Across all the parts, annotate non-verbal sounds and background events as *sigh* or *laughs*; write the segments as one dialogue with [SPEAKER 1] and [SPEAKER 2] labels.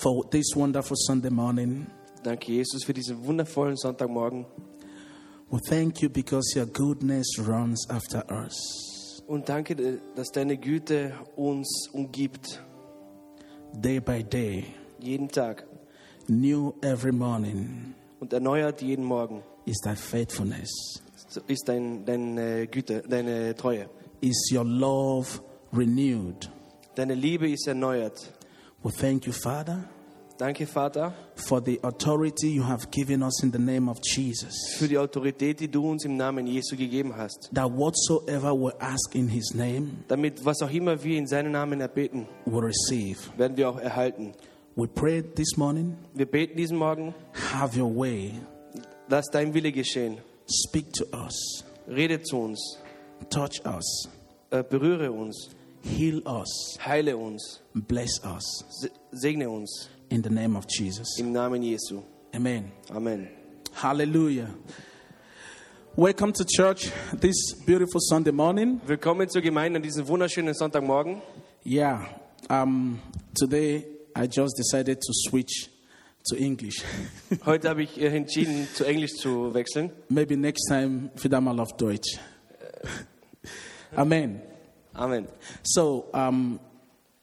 [SPEAKER 1] for this wonderful Sunday morning.
[SPEAKER 2] Danke, Jesus, für diesen wundervollen Sonntagmorgen.
[SPEAKER 1] We thank you because your goodness runs after us
[SPEAKER 2] Und danke, äh, dass deine Güte uns umgibt.
[SPEAKER 1] day by day,
[SPEAKER 2] Jeden Tag.
[SPEAKER 1] new every morning
[SPEAKER 2] Und erneuert jeden Morgen
[SPEAKER 1] is that faithfulness,
[SPEAKER 2] So ist dein, deine Güte, deine Treue.
[SPEAKER 1] is your love renewed.
[SPEAKER 2] Deine Liebe ist erneuert.
[SPEAKER 1] We thank you, Father,
[SPEAKER 2] Danke, Vater,
[SPEAKER 1] for the authority you have given us in the name of Jesus.
[SPEAKER 2] für die Autorität, die du uns im Namen Jesu gegeben hast.
[SPEAKER 1] That whatsoever we ask in His name,
[SPEAKER 2] Damit, was auch immer wir in seinem Namen erbeten,
[SPEAKER 1] we receive.
[SPEAKER 2] werden wir auch erhalten.
[SPEAKER 1] We pray this morning,
[SPEAKER 2] Wir beten diesen Morgen,
[SPEAKER 1] have your way.
[SPEAKER 2] lass dein Wille geschehen.
[SPEAKER 1] Speak to us,
[SPEAKER 2] Rede zu uns,
[SPEAKER 1] touch us,
[SPEAKER 2] äh, berühre uns,
[SPEAKER 1] heal us,
[SPEAKER 2] heile uns,
[SPEAKER 1] bless us
[SPEAKER 2] se- segne uns
[SPEAKER 1] in the name of Jesus.
[SPEAKER 2] im Namen Jesu.
[SPEAKER 1] Amen.
[SPEAKER 2] Amen.
[SPEAKER 1] Hallelujah. Welcome to church this beautiful Sunday morning.
[SPEAKER 2] Willkommen zur Gemeinde an diesem wunderschönen Sonntagmorgen.
[SPEAKER 1] Yeah, um, today I just decided to switch to English. *laughs*
[SPEAKER 2] Heute habe ich äh, *laughs* entschieden, zu Englisch zu wechseln.
[SPEAKER 1] Maybe next time, wieder mal auf Deutsch. *laughs* Amen.
[SPEAKER 2] Amen.
[SPEAKER 1] So, um,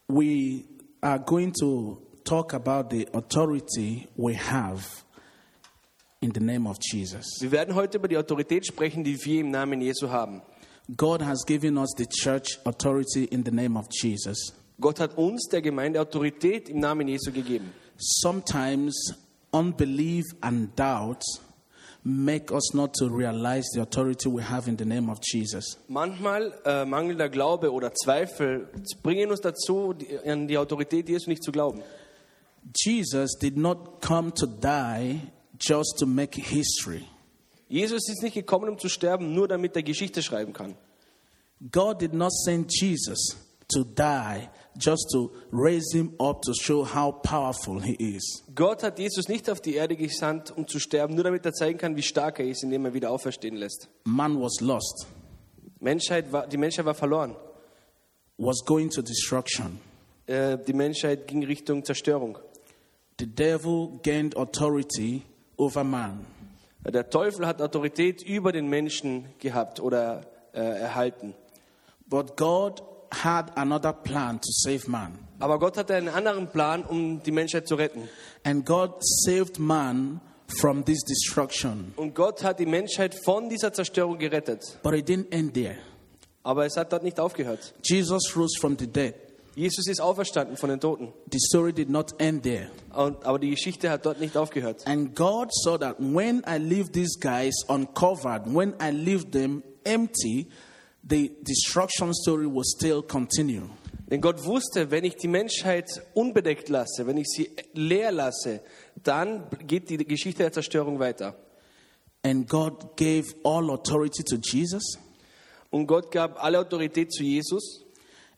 [SPEAKER 1] we are going to talk about the authority we have in the name of Jesus.
[SPEAKER 2] Wir werden heute über die Autorität sprechen, die wir im Namen Jesu haben.
[SPEAKER 1] God has given us the church authority in the name of Jesus.
[SPEAKER 2] Gott hat uns, der Gemeinde, Autorität im Namen Jesu gegeben.
[SPEAKER 1] Sometimes unbelief and doubt make us not to realize the authority we have in the name of Jesus.
[SPEAKER 2] Manchmal äh, mangelnder Glaube oder Zweifel bringen uns dazu, die, an die Autorität Jesu nicht zu glauben.
[SPEAKER 1] Jesus did not come to die just to make history.
[SPEAKER 2] Jesus ist nicht gekommen, um zu sterben, nur damit er Geschichte schreiben kann.
[SPEAKER 1] God did not send Jesus to die just to raise him up to show how powerful he is.
[SPEAKER 2] Gott hat Jesus nicht auf die Erde gesandt, um zu sterben, nur damit er zeigen kann, wie stark er ist, indem er wieder auferstehen lässt.
[SPEAKER 1] Man was lost,
[SPEAKER 2] Menschheit war, die Menschheit war verloren.
[SPEAKER 1] was going to destruction.
[SPEAKER 2] Äh, die Menschheit ging Richtung Zerstörung.
[SPEAKER 1] The devil gained authority over man.
[SPEAKER 2] Der Teufel hat Autorität über den Menschen gehabt oder äh, erhalten.
[SPEAKER 1] But God had another plan to save man.
[SPEAKER 2] Aber Gott hatte einen anderen Plan, um die Menschheit zu retten.
[SPEAKER 1] And God saved man from this destruction.
[SPEAKER 2] Und Gott hat die Menschheit von dieser Zerstörung gerettet.
[SPEAKER 1] But it didn't end there.
[SPEAKER 2] Aber es hat dort nicht aufgehört.
[SPEAKER 1] Jesus rose from the dead.
[SPEAKER 2] Jesus ist auferstanden von den Toten.
[SPEAKER 1] The story did not end there.
[SPEAKER 2] Und, aber die Geschichte hat dort nicht aufgehört.
[SPEAKER 1] And God saw that when I leave these guys uncovered, when I leave them empty, the destruction story will still continue.
[SPEAKER 2] Denn Gott wusste, wenn ich die Menschheit unbedeckt lasse, wenn ich sie leer lasse, dann geht die Geschichte der Zerstörung weiter.
[SPEAKER 1] And God gave all authority to Jesus,
[SPEAKER 2] Und Gott gab alle Autorität zu Jesus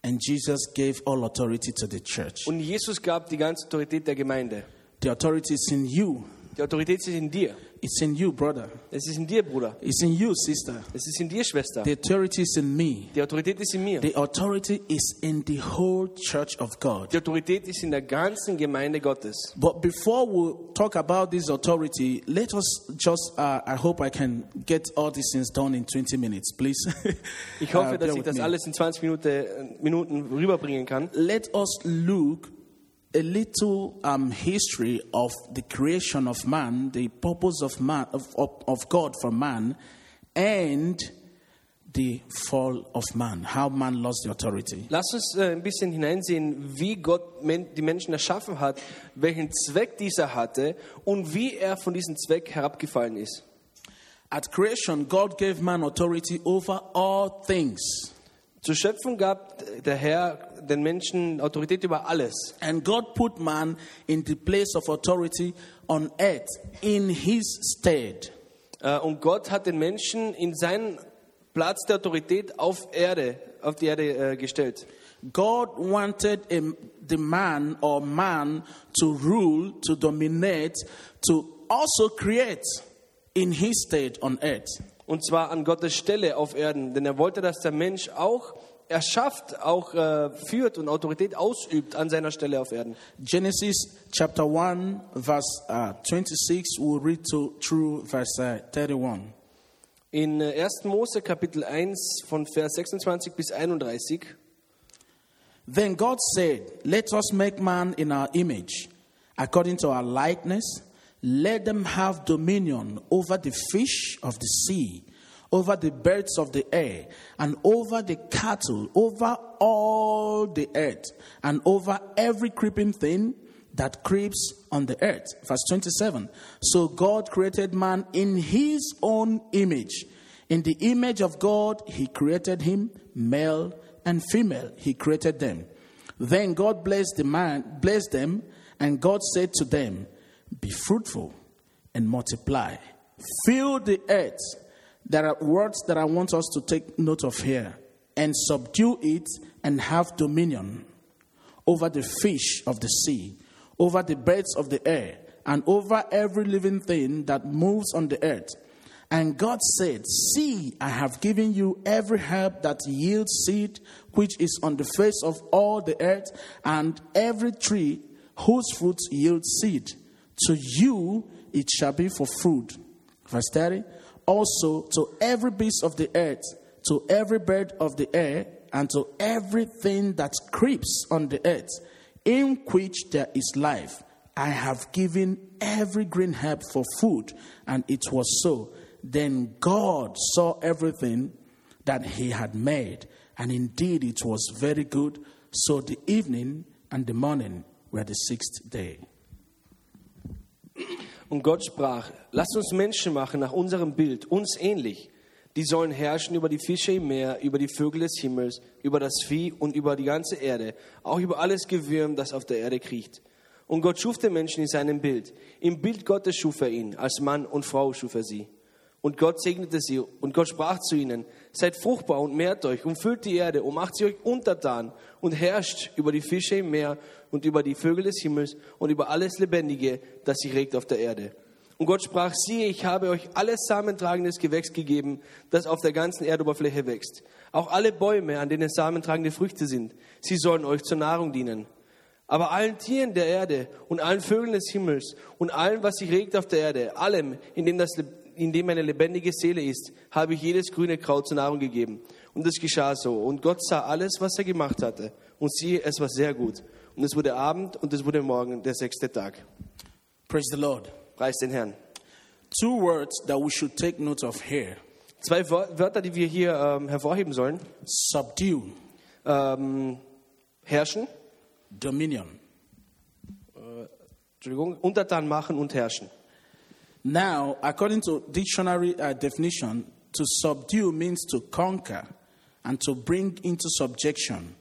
[SPEAKER 1] and Jesus gave all authority to the church.
[SPEAKER 2] und Jesus gab die ganze Autorität der Gemeinde.
[SPEAKER 1] The authority is in you.
[SPEAKER 2] Die Autorität ist in dir.
[SPEAKER 1] It's in you, brother.
[SPEAKER 2] Es ist in dir, Bruder.
[SPEAKER 1] It's in you, sister.
[SPEAKER 2] Es ist in dir, Schwester.
[SPEAKER 1] The authority is in me.
[SPEAKER 2] Die Autorität ist in mir.
[SPEAKER 1] The authority is in the whole church of God.
[SPEAKER 2] Die Autorität ist in der ganzen Gemeinde Gottes.
[SPEAKER 1] But before we talk about this authority, let us just, uh, I hope I can get all these things done in 20 minutes, please.
[SPEAKER 2] Ich
[SPEAKER 1] Uh, bear
[SPEAKER 2] hoffe, dass ich
[SPEAKER 1] with
[SPEAKER 2] das
[SPEAKER 1] me.
[SPEAKER 2] alles in 20 Minute, Minuten rüberbringen kann.
[SPEAKER 1] Let us look a little um, history of the creation of man, the purpose of, man, of, of, of God for man, and the fall of man, how man lost the authority.
[SPEAKER 2] Lass uns äh, ein bisschen hineinsehen, wie Gott men die Menschen erschaffen hat, welchen Zweck dieser hatte und wie er von diesem Zweck herabgefallen ist.
[SPEAKER 1] At creation, God gave man authority over all things.
[SPEAKER 2] Zur Schöpfung gab der Herr den Menschen Autorität über alles.
[SPEAKER 1] And God put man in the place of authority on earth in his stead.
[SPEAKER 2] Äh, Und Gott hat den Menschen in seinen Platz der Autorität auf Erde, auf die Erde äh, gestellt.
[SPEAKER 1] God wanted a, the man or man to rule, to dominate, to also create in his stead on earth.
[SPEAKER 2] Und zwar an Gottes Stelle auf Erden. Denn er wollte, dass der Mensch auch erschafft, auch äh, führt und Autorität ausübt an seiner Stelle auf Erden.
[SPEAKER 1] Genesis chapter 1, verse uh, 26, we'll read to, through verse uh, 31.
[SPEAKER 2] In äh, 1. Mose Kapitel 1 von Vers 26 bis 31
[SPEAKER 1] Then God said, Let us make man in our image, according to our likeness. Let them have dominion over the fish of the sea, over the birds of the air, and over the cattle, over all the earth, and over every creeping thing that creeps on the earth. Verse 27. So God created man in his own image. In the image of God, he created him, male and female, he created them. Then God blessed the man, blessed them, and God said to them, Be fruitful and multiply. Fill the earth. There are words that I want us to take note of here. And subdue it and have dominion over the fish of the sea, over the birds of the air, and over every living thing that moves on the earth. And God said, See, I have given you every herb that yields seed, which is on the face of all the earth, and every tree whose fruit yields seed. To you it shall be for food. Verse 30. Also to every beast of the earth, to every bird of the air, and to everything that creeps on the earth, in which there is life, I have given every green herb for food. And it was so. Then God saw everything that he had made, and indeed it was very good. So the evening and the morning were the sixth day.
[SPEAKER 2] Und Gott sprach, lasst uns Menschen machen nach unserem Bild, uns ähnlich. Die sollen herrschen über die Fische im Meer, über die Vögel des Himmels, über das Vieh und über die ganze Erde, auch über alles Gewürm, das auf der Erde kriecht. Und Gott schuf den Menschen in seinem Bild. Im Bild Gottes schuf er ihn, als Mann und Frau schuf er sie. Und Gott segnete sie, und Gott sprach zu ihnen, seid fruchtbar und mehrt euch, umfüllt die Erde, und macht sie euch untertan, und herrscht über die Fische im Meer, und über die Vögel des Himmels, und über alles Lebendige, das sich regt auf der Erde. Und Gott sprach, siehe, ich habe euch alles samentragendes Gewächs gegeben, das auf der ganzen Erdoberfläche wächst. Auch alle Bäume, an denen samentragende Früchte sind, sie sollen euch zur Nahrung dienen. Aber allen Tieren der Erde und allen Vögeln des Himmels und allem, was sich regt auf der Erde, allem, in dem, das, Le- in dem eine lebendige Seele ist, habe ich jedes grüne Kraut zur Nahrung gegeben. Und es geschah so. Und Gott sah alles, was er gemacht hatte. Und siehe, es war sehr gut. Und es wurde Abend und es wurde Morgen, der sechste Tag.
[SPEAKER 1] Praise the Lord.
[SPEAKER 2] Preis den Herrn.
[SPEAKER 1] Two words that we should take note of here
[SPEAKER 2] Zwei Wör- Wörter, die wir hier ähm, hervorheben sollen.
[SPEAKER 1] subdue,
[SPEAKER 2] Ähm, herrschen,
[SPEAKER 1] dominion.
[SPEAKER 2] Entschuldigung, untertan machen und herrschen.
[SPEAKER 1] Now, according to dictionary uh, definition, to subdue means to conquer and to bring into subjection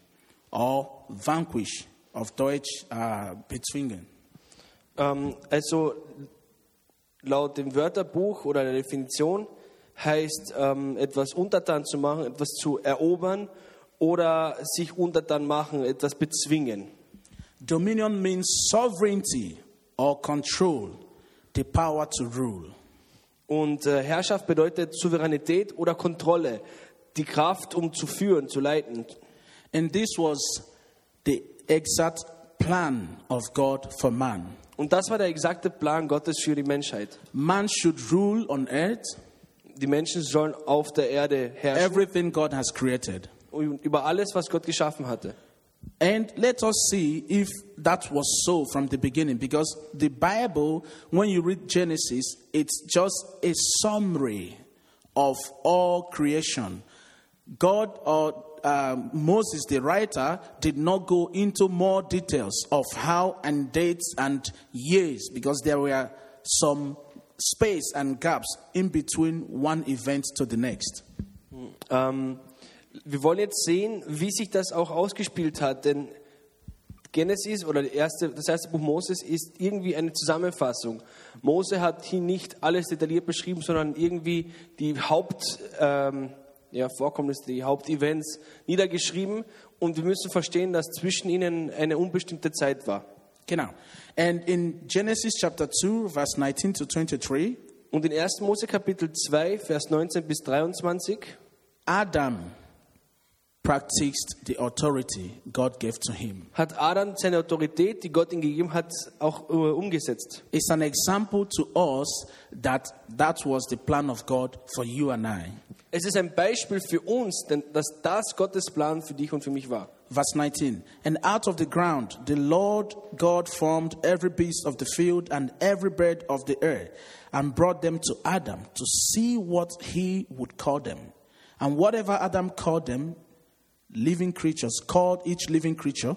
[SPEAKER 1] or vanquish of Deutsch uh, bezwingen.
[SPEAKER 2] Ähm, also laut dem Wörterbuch oder der Definition heißt ähm, etwas untertan zu machen, etwas zu erobern oder sich untertan machen, etwas bezwingen.
[SPEAKER 1] Dominion means sovereignty or control, the power to rule.
[SPEAKER 2] Und äh, Herrschaft bedeutet Souveränität oder Kontrolle, die Kraft, um zu führen, zu leiten.
[SPEAKER 1] And this was the exact plan of God for man.
[SPEAKER 2] Und das war der exakte Plan Gottes für die Menschheit.
[SPEAKER 1] Man should rule on earth
[SPEAKER 2] Die Menschen sollen auf der Erde herrschen
[SPEAKER 1] everything God has created.
[SPEAKER 2] und über alles, was Gott geschaffen hatte.
[SPEAKER 1] And let us see if that was so from the beginning, because the Bible, when you read Genesis, it's just a summary of all creation. God or um, Moses, the writer, did not go into more details of how and dates and years, because there were some space and gaps in between one event to the next.
[SPEAKER 2] Ähm, wir wollen jetzt sehen, wie sich das auch ausgespielt hat, denn Genesis oder die erste, das erste Buch Moses ist irgendwie eine Zusammenfassung. Mose hat hier nicht alles detailliert beschrieben, sondern irgendwie die Haupt, ähm, ja, Vorkommnisse, die Hauptevents niedergeschrieben. Und wir müssen verstehen, dass zwischen ihnen eine unbestimmte Zeit war.
[SPEAKER 1] Genau. And in Genesis chapter 2, verse 19 to 23,
[SPEAKER 2] Und in 1. Mose Kapitel 2, Vers 19 bis 23
[SPEAKER 1] Adam practiced the authority God gave to him.
[SPEAKER 2] hat Adam seine Autorität, die Gott ihm gegeben hat, auch äh, umgesetzt.
[SPEAKER 1] It's an example to us that that was the plan of God for you and I.
[SPEAKER 2] Es ist ein Beispiel für uns, denn dass das Gottes Plan für dich und für mich war.
[SPEAKER 1] Verse 19 And out of the ground the Lord God formed every beast of the field and every bird of the air and brought them to Adam to see what he would call them. And whatever Adam called them, living creatures, called each living creature,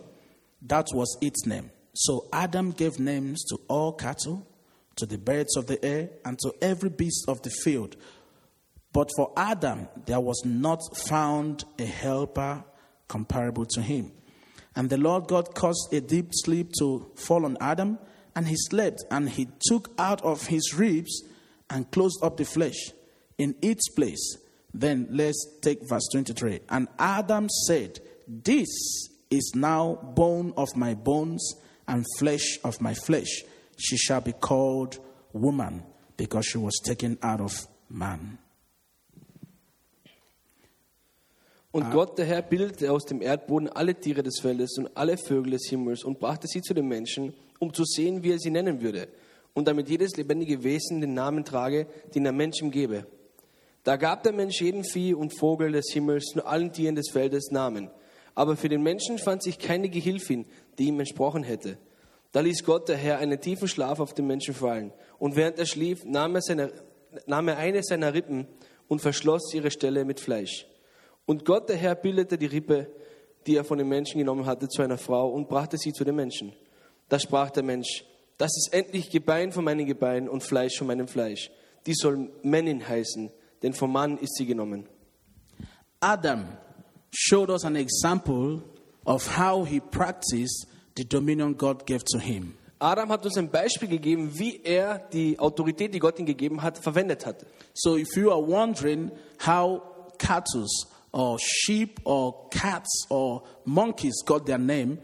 [SPEAKER 1] that was its name. So Adam gave names to all cattle, to the birds of the air, and to every beast of the field. But for Adam, there was not found a helper comparable to him. And the Lord God caused a deep sleep to fall on Adam, and he slept, and he took out of his ribs and closed up the flesh in its place. Then let's take verse 23. And Adam said, This is now bone of my bones and flesh of my flesh. She shall be called woman because she was taken out of man.
[SPEAKER 2] Und Gott, der Herr, bildete aus dem Erdboden alle Tiere des Feldes und alle Vögel des Himmels und brachte sie zu den Menschen, um zu sehen, wie er sie nennen würde, und damit jedes lebendige Wesen den Namen trage, den der Mensch ihm gebe. Da gab der Mensch jedem Vieh und Vogel des Himmels und allen Tieren des Feldes Namen. Aber für den Menschen fand sich keine Gehilfin, die ihm entsprochen hätte. Da ließ Gott der Herr einen tiefen Schlaf auf den Menschen fallen. Und während er schlief, nahm er, seine, nahm er eine seiner Rippen und verschloss ihre Stelle mit Fleisch. Und Gott der Herr bildete die Rippe, die er von den Menschen genommen hatte, zu einer Frau und brachte sie zu den Menschen. Da sprach der Mensch, das ist endlich Gebein von meinen Gebeinen und Fleisch von meinem Fleisch. Die soll Männin heißen, denn vom Mann ist sie genommen.
[SPEAKER 1] Adam showed us an example of how he practiced the dominion God gave to him.
[SPEAKER 2] Adam hat uns ein Beispiel gegeben, wie er die Autorität, die Gott ihm gegeben hat, verwendet hat.
[SPEAKER 1] So if you are wondering how cattle or sheep or cats or monkeys got their name,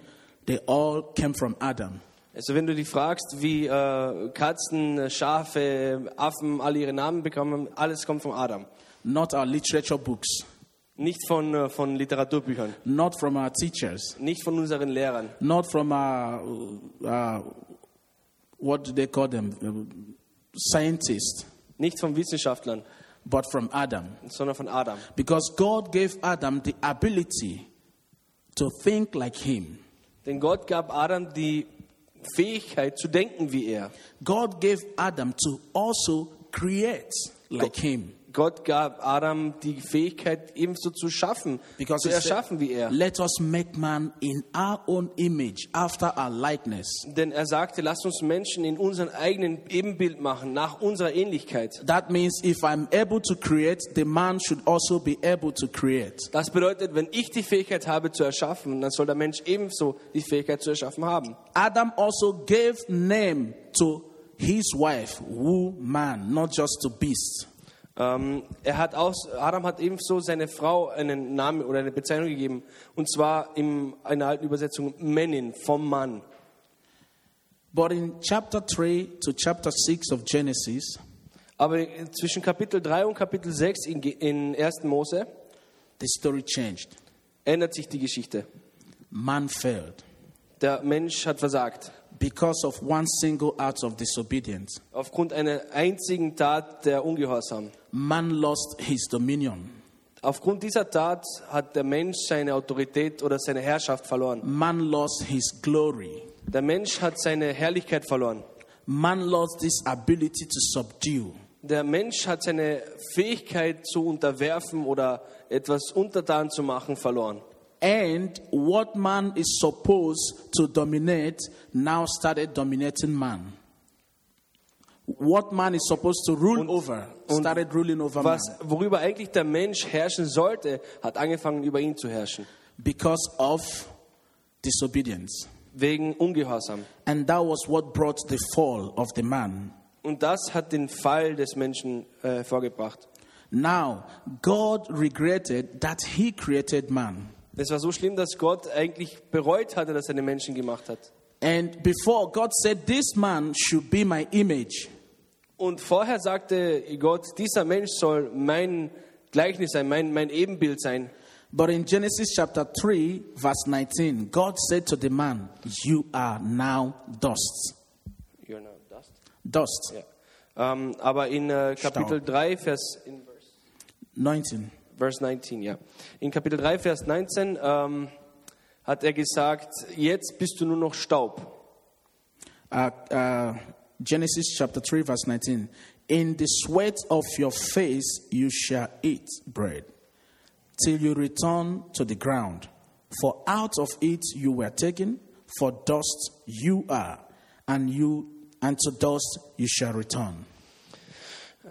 [SPEAKER 1] they all came from Adam.
[SPEAKER 2] Also wenn du dich fragst, wie äh, Katzen, äh, Schafe, Affen alle ihre Namen bekommen, alles kommt von Adam.
[SPEAKER 1] Not our literature books,
[SPEAKER 2] Nicht von, äh, von Literaturbüchern,
[SPEAKER 1] not from our teachers,
[SPEAKER 2] nicht von unseren Lehrern,
[SPEAKER 1] not from our, uh, what do they call them, scientists,
[SPEAKER 2] nicht von Wissenschaftlern,
[SPEAKER 1] but from Adam.
[SPEAKER 2] sondern von Adam.
[SPEAKER 1] Because God gave Adam the ability to think like him.
[SPEAKER 2] Denn Gott gab Adam die Fähigkeit zu denken wie er.
[SPEAKER 1] God gave Adam to also create like him.
[SPEAKER 2] Gott gab Adam die Fähigkeit ebenso zu schaffen,
[SPEAKER 1] Because
[SPEAKER 2] zu
[SPEAKER 1] he said,
[SPEAKER 2] erschaffen wie er.
[SPEAKER 1] Let us make man in our own image, after our likeness.
[SPEAKER 2] Denn er sagte, lasst uns Menschen in unserem eigenen Ebenbild machen, nach unserer Ähnlichkeit.
[SPEAKER 1] That means if I'm able to create, the man should also be able to create.
[SPEAKER 2] Das bedeutet, wenn ich die Fähigkeit habe zu erschaffen, dann soll der Mensch ebenso die Fähigkeit zu erschaffen haben.
[SPEAKER 1] Adam also gave name to his wife, woman, not just to beast.
[SPEAKER 2] Ähm, er hat aus, Adam hat ebenso seine Frau einen Namen oder eine Bezeichnung gegeben, und zwar in einer alten Übersetzung Männin, vom Mann.
[SPEAKER 1] But in chapter 3 to chapter 6 of Genesis,
[SPEAKER 2] Aber zwischen Kapitel 3 und Kapitel 6 in, Ge- in 1. Mose
[SPEAKER 1] the story changed.
[SPEAKER 2] ändert sich die Geschichte.
[SPEAKER 1] Man failed.
[SPEAKER 2] Der Mensch hat versagt.
[SPEAKER 1] because of one single act of disobedience,
[SPEAKER 2] Aufgrund einer einzigen Tat der Ungehorsam.
[SPEAKER 1] man lost his dominion.
[SPEAKER 2] Aufgrund dieser Tat hat der Mensch seine Autorität oder seine Herrschaft verloren.
[SPEAKER 1] Man lost his glory.
[SPEAKER 2] Der Mensch hat seine Herrlichkeit verloren.
[SPEAKER 1] Man lost this ability to subdue.
[SPEAKER 2] Der Mensch hat seine Fähigkeit zu unterwerfen oder etwas untertan zu machen verloren.
[SPEAKER 1] And what man is supposed to dominate now started dominating man. What man is supposed to rule over
[SPEAKER 2] und
[SPEAKER 1] started ruling over
[SPEAKER 2] Was,
[SPEAKER 1] man
[SPEAKER 2] worüber eigentlich der Mensch herrschen sollte, hat angefangen über ihn zu herrschen.
[SPEAKER 1] because of disobedience.
[SPEAKER 2] Wegen Ungehorsam.
[SPEAKER 1] And that was what brought the fall of the man.
[SPEAKER 2] Und das hat den Fall des Menschen äh, hervorgebracht.
[SPEAKER 1] Now, God regretted that he created man.
[SPEAKER 2] Es war so schlimm, dass Gott eigentlich bereut hatte, dass er den Menschen gemacht hat.
[SPEAKER 1] And before, God said, This man should be my image.
[SPEAKER 2] Und vorher sagte Gott, dieser Mensch soll mein Gleichnis sein, mein, mein Ebenbild sein.
[SPEAKER 1] But in Genesis chapter 3, verse 19, God said to the man, You are now dust.
[SPEAKER 2] You're not dust.
[SPEAKER 1] Dust.
[SPEAKER 2] Ja. Ähm, aber in äh, Kapitel
[SPEAKER 1] Staub.
[SPEAKER 2] 3, Vers, in Vers-
[SPEAKER 1] 19.
[SPEAKER 2] Vers 19, ja. In Kapitel 3, Vers 19 ähm, hat er gesagt, jetzt bist du nur noch Staub.
[SPEAKER 1] Uh, uh, Genesis chapter 3, verse 19. In the sweat of your face you shall eat bread, till you return to the ground. For out of it you were taken, for dust you are, and you and to dust you shall return.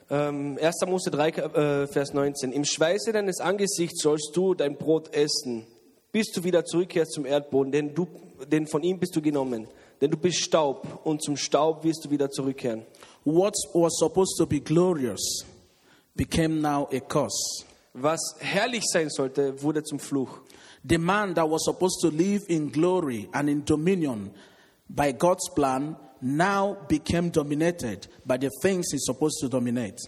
[SPEAKER 2] Ähm, 1. Mose 3, Kap- äh, Vers 19. Im Schweiße deines Angesichts sollst du dein Brot essen, bis du wieder zurückkehrst zum Erdboden, denn, du, denn von ihm bist du genommen. Denn du bist Staub und zum Staub wirst du wieder zurückkehren.
[SPEAKER 1] What was supposed to be glorious became now a curse.
[SPEAKER 2] Was herrlich sein sollte, wurde zum Fluch.
[SPEAKER 1] The man that was supposed to live in glory and in dominion by God's plan now became dominated by the things he's supposed to dominate.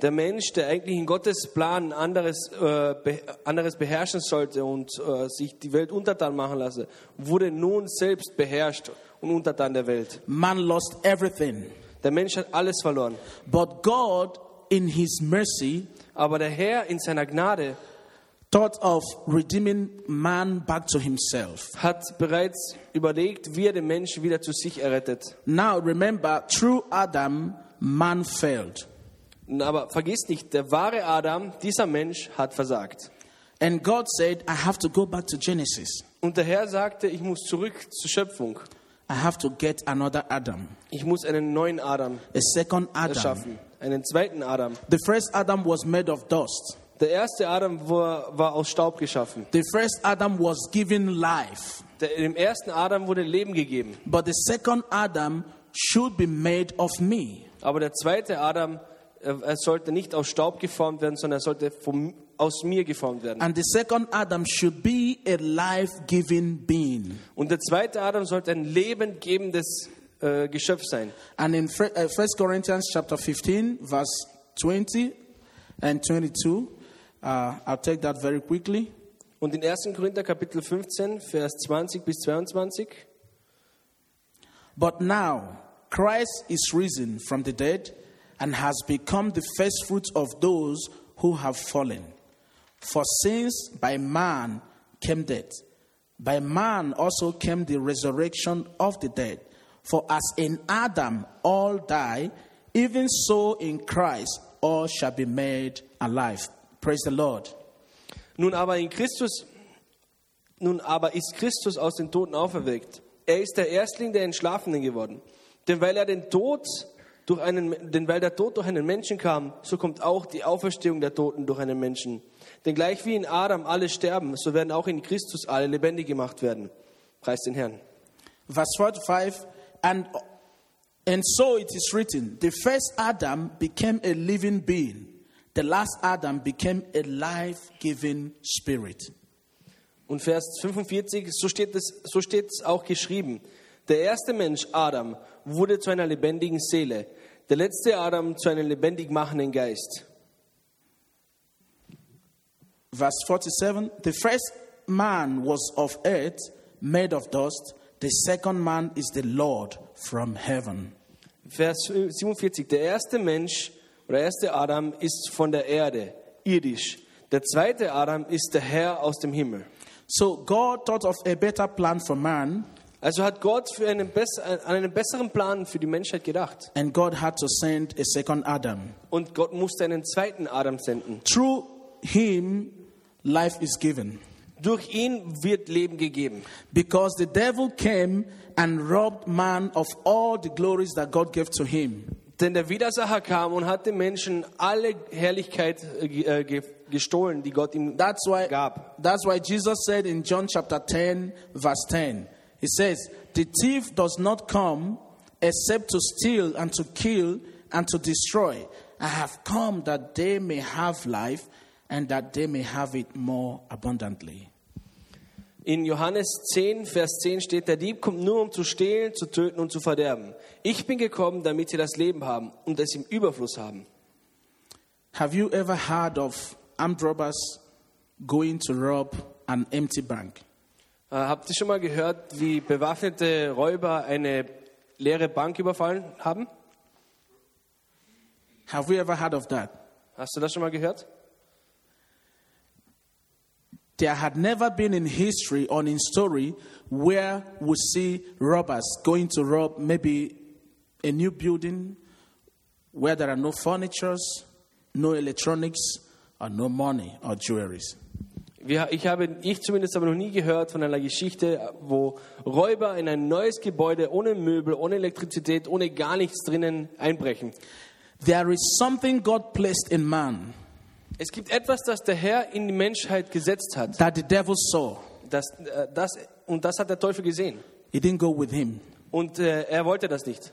[SPEAKER 2] Der Mensch, der eigentlich in Gottes Plan anderes, äh, be anderes beherrschen sollte und äh, sich die Welt untertan machen lasse, wurde nun selbst beherrscht und untertan der Welt.
[SPEAKER 1] Man lost everything.
[SPEAKER 2] Der Mensch hat alles verloren.
[SPEAKER 1] But God, in his mercy,
[SPEAKER 2] Aber der Herr in seiner Gnade
[SPEAKER 1] thought of redeeming man back to himself.
[SPEAKER 2] hat bereits überlegt, wie er den Menschen wieder zu sich errettet.
[SPEAKER 1] Now remember, through Adam, man failed.
[SPEAKER 2] Aber vergiss nicht, der wahre Adam, dieser Mensch, hat versagt.
[SPEAKER 1] And God said, I have to go back to Genesis.
[SPEAKER 2] Und der Herr sagte, ich muss zurück zur Schöpfung.
[SPEAKER 1] I have to get another Adam,
[SPEAKER 2] Ich muss einen neuen Adam
[SPEAKER 1] a second Adam.
[SPEAKER 2] erschaffen, einen zweiten Adam.
[SPEAKER 1] The first Adam was made of dust.
[SPEAKER 2] Der erste Adam war, war aus Staub geschaffen.
[SPEAKER 1] The first Adam was given life,
[SPEAKER 2] Der, dem ersten Adam wurde Leben gegeben.
[SPEAKER 1] but the second Adam should be made of me.
[SPEAKER 2] Aber der zweite Adam, er, er sollte nicht aus Staub geformt werden, sondern er sollte vom, aus mir geformt werden.
[SPEAKER 1] And the second Adam should be a life giving being.
[SPEAKER 2] Und der zweite Adam sollte ein lebengebendes äh, Geschöpf sein.
[SPEAKER 1] And in 1 Corinthians chapter 15, verse 20 and 22, uh, I'll take that very quickly.
[SPEAKER 2] Und in 1. Korinther Kapitel 15, Vers 20 bis 22.
[SPEAKER 1] But now Christ is risen from the dead and has become the first fruits of those who have fallen. For since by man came death, by man also came the resurrection of the dead. For as in Adam all die, even so in Christ all shall be made alive. Praise the Lord.
[SPEAKER 2] Nun aber in Christus, nun aber ist Christus aus den Toten auferweckt. Er ist der Erstling der Entschlafenen geworden. Denn weil er den Tod durch einen, denn weil der Tod durch einen Menschen kam, so kommt auch die Auferstehung der Toten durch einen Menschen. Denn gleich wie in Adam alle sterben, so werden auch in Christus alle lebendig gemacht werden. Preis den Herrn.
[SPEAKER 1] Verse 45 and and so it is written the first Adam became a living being, the last Adam became a life giving spirit.
[SPEAKER 2] Und Vers 45, so steht, es, so steht es auch geschrieben. Der erste Mensch, Adam, wurde zu einer lebendigen Seele. Der letzte Adam zu einem lebendig machenden Geist.
[SPEAKER 1] Verse 47 the first man was of earth, made of dust, the second man is the Lord from heaven.
[SPEAKER 2] Vers 47, der erste Mensch oder erste Adam ist von der Erde, irdisch. Der zweite Adam ist der Herr aus dem Himmel.
[SPEAKER 1] So God thought of a better plan for man,
[SPEAKER 2] Also hat Gott für einen bess- an einen besseren Plan für die Menschheit gedacht.
[SPEAKER 1] and God had to send a second Adam.
[SPEAKER 2] Und Gott musste einen zweiten Adam senden.
[SPEAKER 1] Through him, life is given.
[SPEAKER 2] Durch ihn wird Leben gegeben.
[SPEAKER 1] Because the devil came and robbed man of all the glories that God gave to him.
[SPEAKER 2] Denn der Widersacher kam und hat dem Menschen alle Herrlichkeit äh, ge- äh, ge- gestohlen, die Gott ihm
[SPEAKER 1] That's why,
[SPEAKER 2] gab.
[SPEAKER 1] that's why Jesus said in John chapter 10, verse 10, He says, The thief does not come except to steal and to kill and to destroy. I have come that they may have life and that they may have it more abundantly.
[SPEAKER 2] In Johannes 10, Vers 10 steht, der Dieb kommt nur, um zu stehlen, zu töten und zu verderben. Ich bin gekommen, damit sie das Leben haben und es im Überfluss haben.
[SPEAKER 1] Have you ever heard of armed robbers going to rob an empty bank.
[SPEAKER 2] Äh, habt ihr schon mal gehört, wie bewaffnete Räuber eine leere Bank überfallen haben?
[SPEAKER 1] Have we ever heard of that?
[SPEAKER 2] Hast du das schon mal gehört?
[SPEAKER 1] There had never been in history or in story where we see robbers going to rob maybe a new building where there are no furnitures, no electronics, or no money or jewelries.
[SPEAKER 2] Wir, ich habe, ich zumindest habe noch nie gehört von einer Geschichte, wo Räuber in ein neues Gebäude ohne Möbel, ohne Elektrizität, ohne gar nichts drinnen einbrechen.
[SPEAKER 1] There is something God placed in man
[SPEAKER 2] Es gibt etwas, das der Herr in die Menschheit gesetzt hat.
[SPEAKER 1] that the devil saw.
[SPEAKER 2] Das, äh, das, und das hat der Teufel gesehen.
[SPEAKER 1] It didn't go with him.
[SPEAKER 2] Und äh, er wollte das nicht.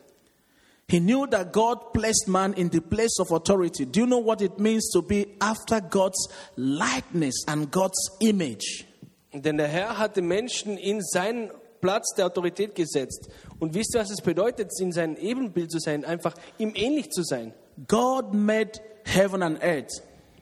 [SPEAKER 1] He knew that God placed man in the place of authority. Do you know what it means to be after God's likeness and God's image?
[SPEAKER 2] Denn der Herr hat den Menschen in seinen Platz der Autorität gesetzt. Und wisst ihr, was es bedeutet, in seinem Ebenbild zu sein, einfach ihm ähnlich zu sein?
[SPEAKER 1] God made heaven and earth,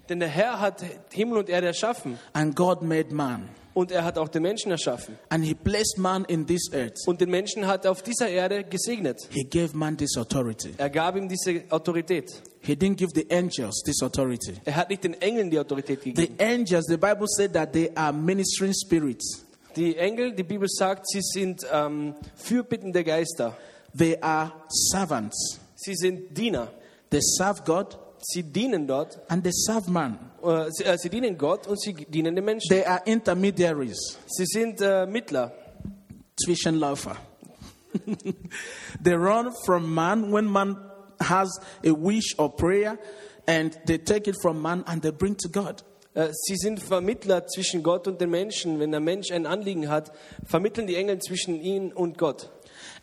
[SPEAKER 2] Denn der Herr hat Himmel und Erde erschaffen
[SPEAKER 1] and God made man.
[SPEAKER 2] und er hat auch den Menschen erschaffen.
[SPEAKER 1] And He placed man in this earth.
[SPEAKER 2] Und den Menschen hat er auf dieser Erde gesegnet.
[SPEAKER 1] He gave man this authority.
[SPEAKER 2] Er gab ihm diese Autorität.
[SPEAKER 1] He didn't give the angels this authority.
[SPEAKER 2] Er hat nicht den Engeln die Autorität
[SPEAKER 1] The
[SPEAKER 2] gegeben.
[SPEAKER 1] angels, the Bible said that they are ministering spirits,
[SPEAKER 2] Die Engel, die Bibel sagt, sie sind ähm, fürbittende Geister.
[SPEAKER 1] they are servants.
[SPEAKER 2] Sie sind Diener.
[SPEAKER 1] They serve God
[SPEAKER 2] Sie dienen dort,
[SPEAKER 1] and they serve man.
[SPEAKER 2] äh, sie, äh, sie dienen Gott und sie dienen den Menschen.
[SPEAKER 1] They are intermediaries.
[SPEAKER 2] Sie sind äh, Mittler.
[SPEAKER 1] Zwischenläufer. *laughs* they run from man when man has a wish or prayer, and they take it from man and they bring to God.
[SPEAKER 2] Äh, Sie sind Vermittler zwischen Gott und den Menschen. Wenn der Mensch ein Anliegen hat, vermitteln die Engel zwischen ihn und Gott.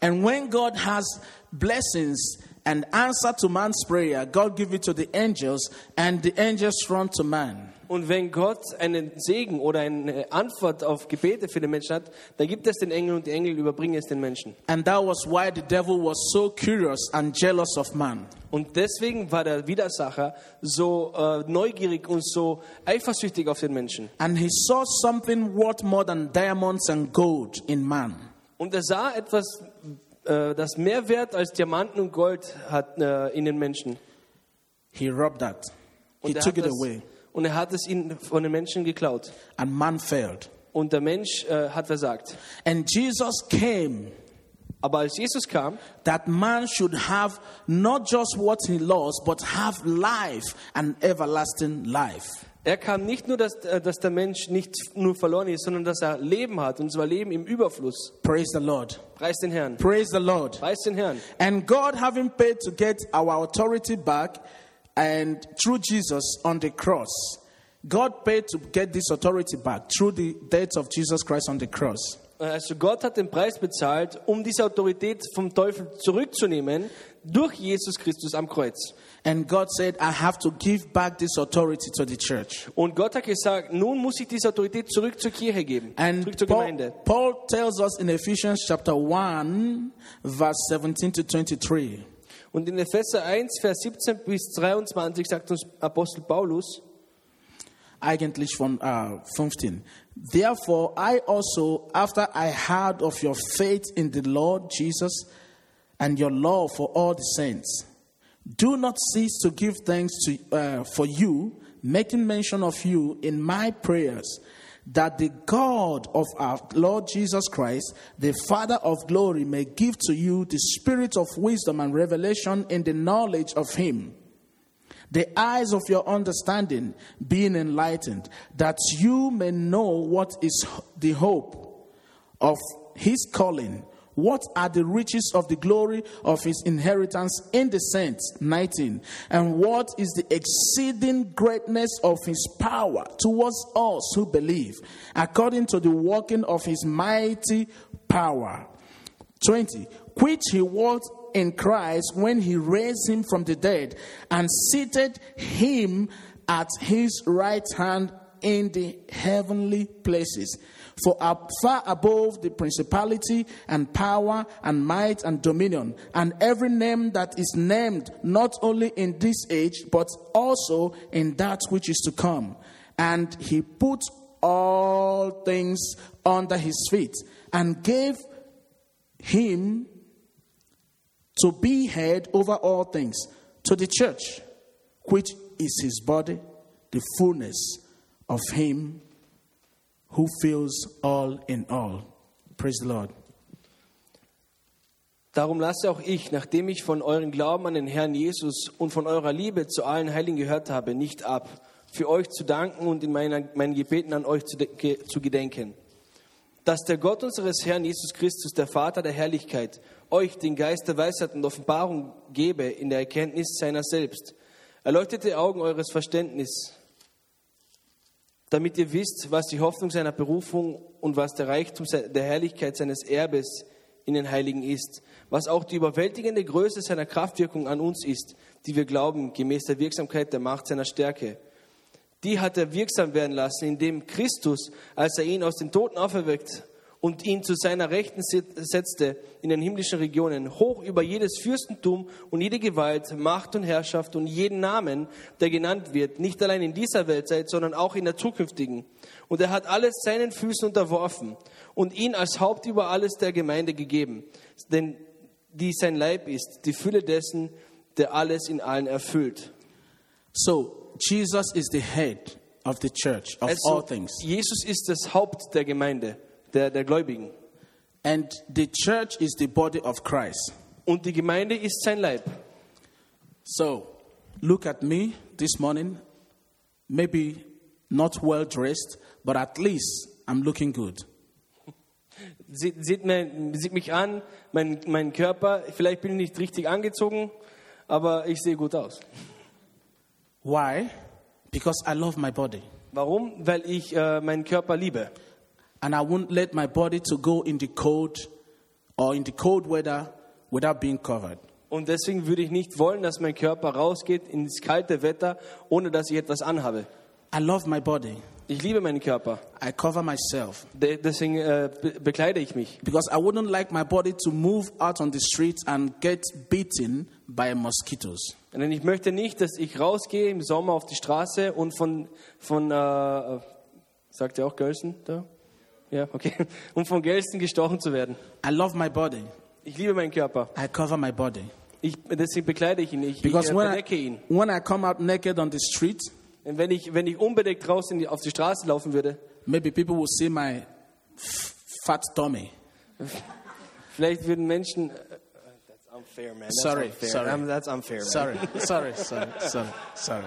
[SPEAKER 1] And when God has blessings and answer to man's prayer, God give it to the angels, and the angels run to man.
[SPEAKER 2] Und wenn Gott einen Segen oder eine Antwort auf Gebete für den Menschen hat, dann gibt es den Engeln und die Engel überbringen es den Menschen.
[SPEAKER 1] And that was why the devil was so curious and jealous of man.
[SPEAKER 2] Und deswegen war der Widersacher so äh, neugierig und so eifersüchtig auf den Menschen.
[SPEAKER 1] And he saw something worth more than diamonds and gold in man.
[SPEAKER 2] Und er sah etwas, äh, das mehr Wert als Diamanten und Gold hat äh, in den Menschen.
[SPEAKER 1] He robbed that.
[SPEAKER 2] Und
[SPEAKER 1] He
[SPEAKER 2] er,
[SPEAKER 1] took it
[SPEAKER 2] hat das,
[SPEAKER 1] away,
[SPEAKER 2] und er hat es ihnen von den Menschen geklaut.
[SPEAKER 1] and man failed.
[SPEAKER 2] Und der Mensch äh, hat versagt.
[SPEAKER 1] And Jesus came
[SPEAKER 2] Aber als Jesus kam,
[SPEAKER 1] that man should have not just what he lost, but have life and everlasting life.
[SPEAKER 2] er kam nicht nur, dass, äh, dass der Mensch nicht nur verloren ist, sondern dass er Leben hat, und zwar Leben im Überfluss.
[SPEAKER 1] Praise the Lord.
[SPEAKER 2] Preis den Herrn.
[SPEAKER 1] Praise the Lord.
[SPEAKER 2] Preis den Herrn.
[SPEAKER 1] And God, having paid to get our authority back, and through Jesus on the cross, God paid to get this authority back through the death of Jesus Christ on the cross.
[SPEAKER 2] Also Gott hat den Preis bezahlt, um diese Autorität vom Teufel zurückzunehmen durch Jesus Christus am Kreuz.
[SPEAKER 1] And God said, I have to give back this authority to the church.
[SPEAKER 2] Und Gott hat gesagt, nun muss ich diese Autorität zurück zur Kirche geben,
[SPEAKER 1] And
[SPEAKER 2] zurück zur
[SPEAKER 1] Paul,
[SPEAKER 2] Gemeinde.
[SPEAKER 1] Paul tells us in Ephesians chapter 1, verse 17 to 23,
[SPEAKER 2] Und in Epheser 1, Vers 17 bis 23 sagt uns Apostel Paulus,
[SPEAKER 1] eigentlich von uh, 15. Therefore, I also, after I heard of your faith in the Lord Jesus and your love for all the saints, do not cease to give thanks to, uh, for you, making mention of you in my prayers, that the God of our Lord Jesus Christ, the Father of glory, may give to you the spirit of wisdom and revelation in the knowledge of him the eyes of your understanding being enlightened, that you may know what is the hope of his calling, what are the riches of the glory of his inheritance in the saints, 19, and what is the exceeding greatness of his power towards us who believe, according to the working of his mighty power. 20. Which he was in Christ when he raised him from the dead and seated him at his right hand in the heavenly places. For up far above the principality and power and might and dominion, and every name that is named, not only in this age, but also in that which is to come and he put all things under his feet and gave him to be head over all things to the church, which is his body, the fullness of him who fills all in all. Praise the Lord.
[SPEAKER 2] Darum lasse auch ich, nachdem ich von eurem Glauben an den Herrn Jesus und von eurer Liebe zu allen Heiligen gehört habe, nicht ab, für euch zu danken und in meiner, meinen Gebeten an euch zu, de- ge- zu gedenken. Dass der Gott unseres Herrn Jesus Christus, der Vater der Herrlichkeit, euch den Geist der Weisheit und Offenbarung gebe in der Erkenntnis seiner selbst, erleuchtete Augen eures Verständnisses, damit ihr wisst, was die Hoffnung seiner Berufung und was der Reichtum se- der Herrlichkeit seines Erbes in den Heiligen ist, was auch die überwältigende Größe seiner Kraftwirkung an uns ist, die wir glauben, gemäß der Wirksamkeit der Macht seiner Stärke. Die hat er wirksam werden lassen, indem Christus, als er ihn aus den Toten auferweckt und ihn zu seiner Rechten sit- setzte in den himmlischen Regionen, hoch über jedes Fürstentum und jede Gewalt, Macht und Herrschaft und jeden Namen, der genannt wird, nicht allein in dieser Weltzeit, sondern auch in der zukünftigen. Und er hat alles seinen Füßen unterworfen und ihn als Haupt über alles der Gemeinde gegeben, denn die sein Leib ist, die Fülle dessen, der alles in allen erfüllt.
[SPEAKER 1] So, Jesus is the head of the church, of
[SPEAKER 2] Also,
[SPEAKER 1] all things.
[SPEAKER 2] Jesus ist das Haupt der Gemeinde, der, der Gläubigen.
[SPEAKER 1] And the church is the body of Christ.
[SPEAKER 2] Und die Gemeinde ist sein Leib.
[SPEAKER 1] So, look at me this morning. Maybe not well dressed, but at least I'm looking good.
[SPEAKER 2] Seht, seht, mein, seht mich an, mein, mein Körper, vielleicht bin ich nicht richtig angezogen, aber ich sehe gut aus.
[SPEAKER 1] Why? Because I love my body.
[SPEAKER 2] Warum? Weil ich äh, meinen Körper liebe.
[SPEAKER 1] And I won't let my body to go in the cold or in the cold weather without being covered.
[SPEAKER 2] Und deswegen würde ich nicht wollen, dass mein Körper rausgeht ins kalte Wetter, ohne dass ich etwas anhabe.
[SPEAKER 1] I love my body.
[SPEAKER 2] Ich liebe meinen Körper.
[SPEAKER 1] I cover myself
[SPEAKER 2] De deswegen äh, be bekleide ich mich.
[SPEAKER 1] because I wouldn't like my body to move out on the streets and get beaten by mosquitoes.
[SPEAKER 2] Denn ich möchte nicht, dass ich rausgehe im Sommer auf die Straße und von, von äh, sagt ihr auch Gelsen da? Ja, okay. *laughs* Um von Gelsen gestochen zu werden.
[SPEAKER 1] I love my body.
[SPEAKER 2] Ich liebe meinen Körper.
[SPEAKER 1] I cover my body.
[SPEAKER 2] Ich, deswegen bekleide ich ihn. Ich, ich
[SPEAKER 1] Because
[SPEAKER 2] äh,
[SPEAKER 1] when I,
[SPEAKER 2] bedecke ihn.
[SPEAKER 1] when I come out naked on the street,
[SPEAKER 2] Denn wenn ich, wenn ich unbedeckt raus in die, auf die Straße laufen würde,
[SPEAKER 1] maybe people will see my f- fat tummy.
[SPEAKER 2] vielleicht würden Menschen. äh, That's unfair, man. That's
[SPEAKER 1] Sorry,
[SPEAKER 2] unfair.
[SPEAKER 1] sorry.
[SPEAKER 2] Um, That's unfair, man.
[SPEAKER 1] Sorry, sorry, sorry, sorry, sorry.